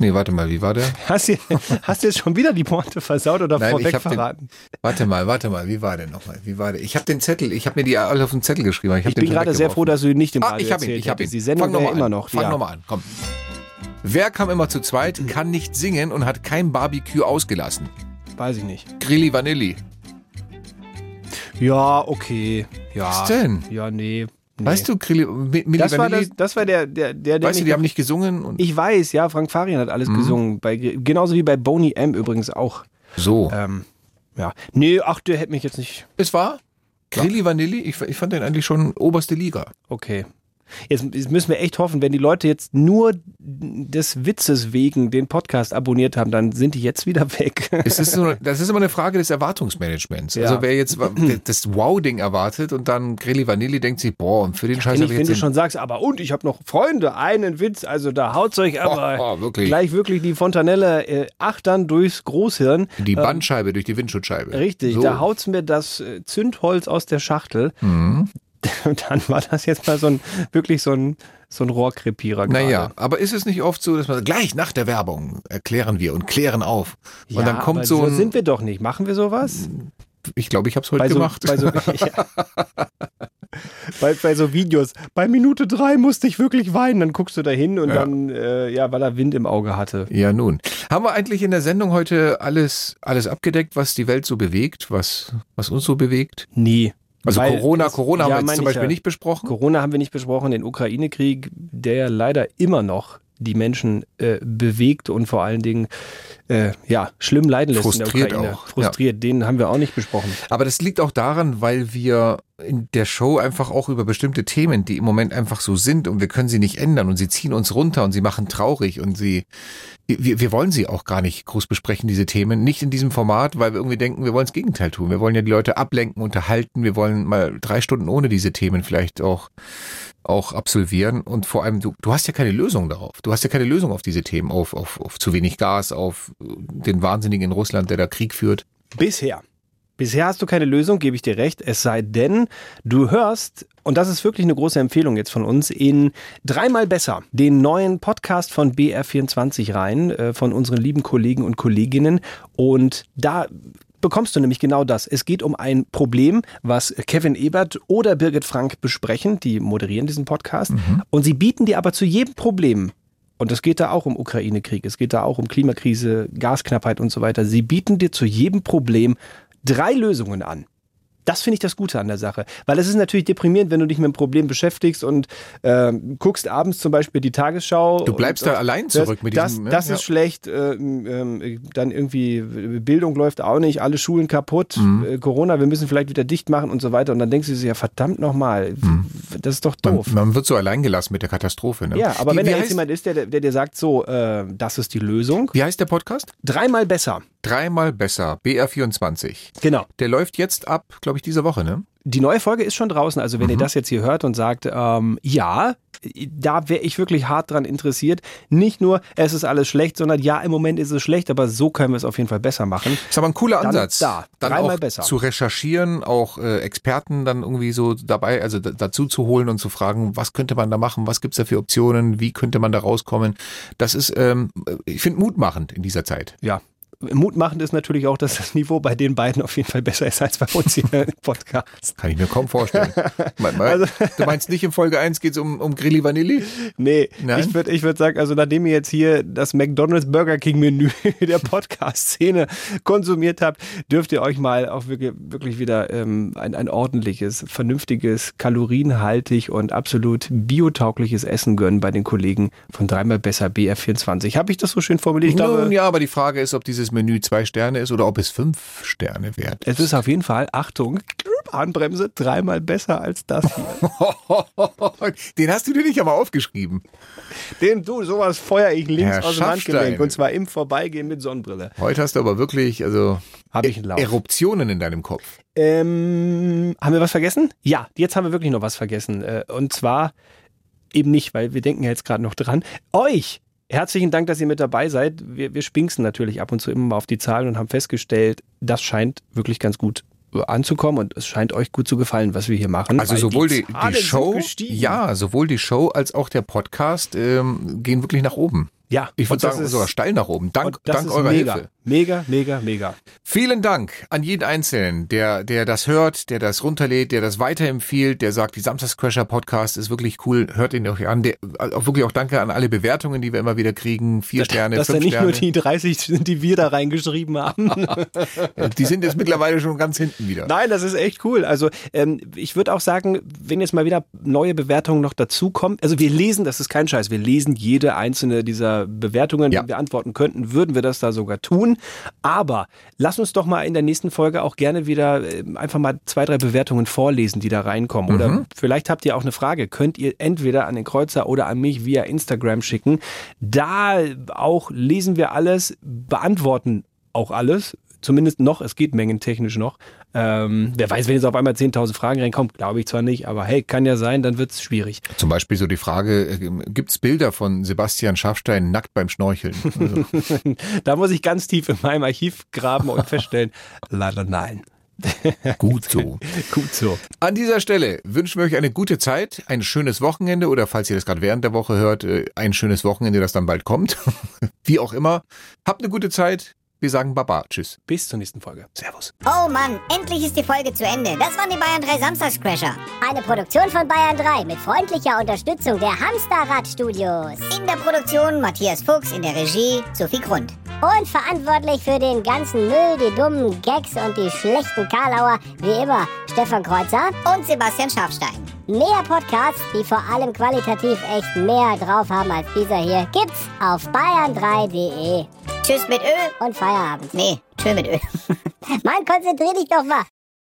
D: Nee, warte mal, wie war der?
C: Hast du, hast du jetzt schon wieder die Pointe versaut oder
D: Nein, ich
C: vorweg
D: hab den-
C: verraten?
D: Warte mal, warte mal, wie war der nochmal? Wie war der? Ich habe den Zettel, ich habe mir die alle auf den Zettel geschrieben. aber Ich, hab
C: Ich
D: den
C: bin gerade sehr froh, dass du nicht im
D: Ah,
C: Radio
D: ich habe ihn,
C: erzählt
D: ich habe ihn.
C: hättest. Die Sendung
D: Fang noch
C: wäre
D: mal
C: immer
D: an.
C: noch.
D: Fang
C: ja.
D: nochmal an, komm. Wer kam immer zu zweit, kann nicht singen und hat kein Barbecue ausgelassen?
C: Weiß ich nicht.
D: Grilli Vanilli.
C: Ja, okay. Ja.
D: Was denn?
C: Ja, nee. nee.
D: Weißt du, Grilli, Mi- Milli
C: das war, das,
D: Vanilli,
C: das war der, der, der, der
D: weißt du,
C: mich
D: die haben Mhm. nicht gesungen und
C: Ich weiß, ja, Frank Farian hat alles gesungen. Bei, genauso wie bei Boney M übrigens auch.
D: so.
C: Ähm, ja. Nee, ach, der hätte mich jetzt nicht.
D: Äh, Es war Grilli Vanilli, ich, ich fand den eigentlich schon oberste Liga.
C: Okay. Jetzt, jetzt müssen wir echt hoffen, wenn die Leute jetzt nur des Witzes wegen den Podcast abonniert haben, dann sind die jetzt wieder weg.
D: Es ist so, das ist immer eine Frage des Erwartungsmanagements.
C: Ja.
D: Also wer jetzt wa-
C: Hm.
D: das Wow-Ding erwartet und dann Grilli Vanilli denkt sich, boah, und für den Scheiß
C: Wenn,
D: habe
C: ich,
D: ich
C: wenn
D: jetzt
C: du
D: den-
C: schon sagst, aber und ich habe noch Freunde, einen Witz, also da haut's euch aber
D: Oh, oh, wirklich.
C: gleich wirklich die Fontanelle äh, achtern durchs Großhirn.
D: die Bandscheibe durch die Windschutzscheibe.
C: ähm, Richtig,
D: So.
C: da haut's mir das äh, Zündholz aus der Schachtel.
D: Mhm.
C: Und dann war das jetzt mal so ein, wirklich so ein, so ein Rohrkrepierer gerade.
D: Naja, aber ist es nicht oft so, dass man gleich nach der Werbung erklären wir und klären auf und
C: ja,
D: dann kommt
C: aber
D: so ein,
C: sind wir doch nicht. Machen wir sowas?
D: ich glaube, ich habe es heute
C: so,
D: gemacht.
C: Bei, so, ja. bei, bei so Videos. Bei Minute drei musste ich wirklich weinen. Dann guckst du da hin und
D: Ja.
C: dann, äh, ja, weil er Wind im Auge hatte.
D: ja nun, haben wir eigentlich in der Sendung heute alles alles abgedeckt, was die Welt so bewegt, was was uns so bewegt?
C: Nie.
D: Also
C: Weil
D: Corona,
C: es-
D: Corona haben
C: ja,
D: wir
C: mein
D: jetzt zum
C: ich
D: Beispiel
C: ja.
D: nicht besprochen.
C: Corona haben wir nicht besprochen, den Ukraine-Krieg, der leider immer noch die Menschen äh, bewegt und vor allen Dingen äh, ja, schlimm leiden lässt
D: Frustriert
C: in der Ukraine.
D: auch, ja.
C: Frustriert, den haben wir auch nicht besprochen.
D: Aber das liegt auch daran, weil wir in der Show einfach auch über bestimmte Themen, die im Moment einfach so sind und wir können sie nicht ändern und sie ziehen uns runter und sie machen traurig und sie, wir, wir wollen sie auch gar nicht groß besprechen, diese Themen, nicht in diesem Format, weil wir irgendwie denken, wir wollen das Gegenteil tun. Wir wollen ja die Leute ablenken, unterhalten, wir wollen mal drei Stunden ohne diese Themen vielleicht auch, auch absolvieren und vor allem, du, du hast ja keine Lösung darauf. Du hast ja keine Lösung auf diese Themen, auf, auf, auf zu wenig Gas, auf den Wahnsinnigen in Russland, der da Krieg führt.
C: Bisher. Bisher hast du keine Lösung, gebe ich dir recht. Es sei denn, du hörst, und das ist wirklich eine große Empfehlung jetzt von uns, in dreimal besser den neuen Podcast von BR24 rein, äh, von unseren lieben Kollegen und Kolleginnen. Und da bekommst du nämlich genau das. Es geht um ein Problem, was Kevin Ebert oder Birgit Frank besprechen. Die moderieren diesen Podcast. Und sie bieten dir aber zu jedem Problem und es geht da auch um Ukraine-Krieg, es geht da auch um Klimakrise, Gasknappheit und so weiter. Sie bieten dir zu jedem Problem drei Lösungen an. Das finde ich das Gute an der Sache. Weil es ist natürlich deprimierend, wenn du dich mit einem Problem beschäftigst und ähm, guckst abends zum Beispiel die Tagesschau.
D: Du bleibst
C: und,
D: da allein zurück
C: das,
D: mit
C: das,
D: diesem, ne?
C: Das
D: Ja.
C: ist schlecht. ähm, ähm, dann irgendwie Bildung läuft auch nicht, alle Schulen kaputt,
D: Mhm.
C: äh, Corona, wir müssen vielleicht wieder dicht machen und so weiter. Und dann denkst du dir, ja verdammt nochmal, das ist doch
D: Mhm. Man, man wird so allein gelassen mit der Katastrophe. Ne?
C: ja, aber
D: Wie-
C: wenn
D: wie
C: da jetzt
D: heißt-
C: jemand ist, der, der dir sagt, so, äh, das ist die Lösung.
D: Wie heißt der Podcast?
C: Dreimal besser.
D: Dreimal besser, BR24.
C: Genau.
D: Der läuft jetzt ab, glaube ich, dieser Woche, ne?
C: Die neue Folge ist schon draußen. Also wenn
D: Mhm.
C: ihr das jetzt hier hört und sagt, ähm, ja, da wäre ich wirklich hart dran interessiert. Nicht nur, es ist alles schlecht, sondern ja, im Moment ist es schlecht, aber so können wir es auf jeden Fall besser machen.
D: Ist aber ein cooler
C: Dann
D: Ansatz.
C: Da,
D: dann
C: dreimal
D: auch
C: besser.
D: zu recherchieren, auch äh, Experten dann irgendwie so dabei, also d- dazu zu holen und zu fragen, was könnte man da machen, was gibt's da für Optionen, wie könnte man da rauskommen. Das ist, ähm, ich finde, mutmachend in dieser Zeit.
C: ja. Mutmachend ist natürlich auch, dass das Niveau bei den beiden auf jeden Fall besser ist als bei uns hier im Podcast.
D: Kann ich mir kaum vorstellen. Mal- mal-
C: Also
D: du meinst nicht in Folge 1 geht's um, um Grilli Vanilli?
C: Nee,
D: Nein?
C: ich würde ich würd sagen, also nachdem ihr jetzt hier das McDonald's Burger King Menü der Podcast-Szene konsumiert habt, dürft ihr euch mal auch wirklich, wirklich wieder ähm, ein, ein ordentliches, vernünftiges, kalorienhaltig und absolut biotaugliches Essen gönnen bei den Kollegen von dreimal besser BR24. Habe ich das so schön formuliert? Ich
D: Nun
C: glaube,
D: ja, aber die Frage ist, ob dieses Menü zwei Sterne ist oder ob es fünf Sterne wert
C: es ist auf jeden Fall, Achtung, Handbremse dreimal besser als das hier.
D: Den hast du dir nicht aber aufgeschrieben.
C: Dem du, sowas feuer ich links
D: Herr
C: aus dem Handgelenk
D: Schaffstein.
C: und zwar im Vorbeigehen mit Sonnenbrille.
D: Heute hast du aber wirklich, also
C: ich einen Lauf.
D: Eruptionen in deinem Kopf.
C: Ähm, haben wir was vergessen? Ja, jetzt haben wir wirklich noch was vergessen. Äh, Und zwar eben nicht, weil wir denken ja jetzt gerade noch dran. Euch! Herzlichen Dank, dass ihr mit dabei seid. Wir, wir spinksen natürlich ab und zu immer mal auf die Zahlen und haben festgestellt, das scheint wirklich ganz gut äh, anzukommen und es scheint euch gut zu gefallen, was wir hier machen.
D: Also
C: weil
D: sowohl die,
C: Zahlen
D: die
C: sind
D: Show,
C: gestiegen.
D: ja, sowohl die Show als auch der Podcast ähm, gehen wirklich nach oben.
C: Ja,
D: ich würde
C: und das
D: sagen
C: ist-
D: sogar steil nach oben. Dank,
C: und das
D: dank
C: ist
D: eurer
C: mega,
D: Hilfe.
C: Mega, mega, mega.
D: Vielen Dank an jeden Einzelnen, der, der das hört, der das runterlädt, der das weiterempfiehlt, der sagt, die Samstagscrasher Podcast ist wirklich cool, hört ihn euch an. Der, äh, auch wirklich auch danke an alle Bewertungen, die wir immer wieder kriegen. Vier Sterne,
C: Dass da
D: fünf
C: nicht
D: Sterne.
C: nur die 30 sind, die wir da reingeschrieben haben.
D: die sind jetzt mittlerweile schon ganz hinten wieder.
C: Nein, das ist echt cool. Also ähm, ich würde auch sagen, wenn jetzt mal wieder neue Bewertungen noch dazukommen, also wir lesen, das ist kein Scheiß, wir lesen jede einzelne dieser Bewertungen, wenn wir antworten könnten, würden wir das da sogar tun. Aber lass uns doch mal in der nächsten Folge auch gerne wieder äh, einfach mal zwei, drei Bewertungen vorlesen, die da reinkommen. Oder
D: Mhm.
C: vielleicht habt ihr auch eine Frage, könnt ihr entweder an den Kreuzer oder an mich via Instagram schicken. Da auch lesen wir alles, beantworten auch alles. Zumindest noch, es geht mengentechnisch noch. Ähm, wer weiß, wenn jetzt auf einmal 10.000 Fragen reinkommen, glaube ich zwar nicht, aber hey, kann ja sein, dann wird es schwierig.
D: Zum Beispiel so die Frage, gibt es Bilder von Sebastian Schafstein nackt beim Schnorcheln? Also,
C: da muss ich ganz tief in meinem Archiv graben und feststellen, leider nein.
D: Gut so.
C: Gut so.
D: An dieser Stelle wünschen wir euch eine gute Zeit, ein schönes Wochenende oder falls ihr das gerade während der Woche hört, äh, ein schönes Wochenende, das dann bald kommt. Wie auch immer. Habt eine gute Zeit. Wir sagen Baba. Tschüss.
C: Bis zur nächsten Folge.
D: Servus.
P: Oh Mann, endlich ist die Folge zu Ende. Das waren die Bayern 3 Samstagscrasher. Eine Produktion von Bayern 3 mit freundlicher Unterstützung der Hamsterrad-Studios. In der Produktion Matthias Fuchs, in der Regie Sophie Grund.
Q: Und verantwortlich für den ganzen Müll, die dummen Gags und die schlechten Karlauer, wie immer, Stefan Kreuzer und Sebastian Schafstein. Mehr Podcasts, die vor allem qualitativ echt mehr drauf haben als dieser hier, gibt's auf bayern3.de. Tschüss mit Ö und Feierabend. Nee, tschö mit Ö. Mann, konzentrier dich doch mal.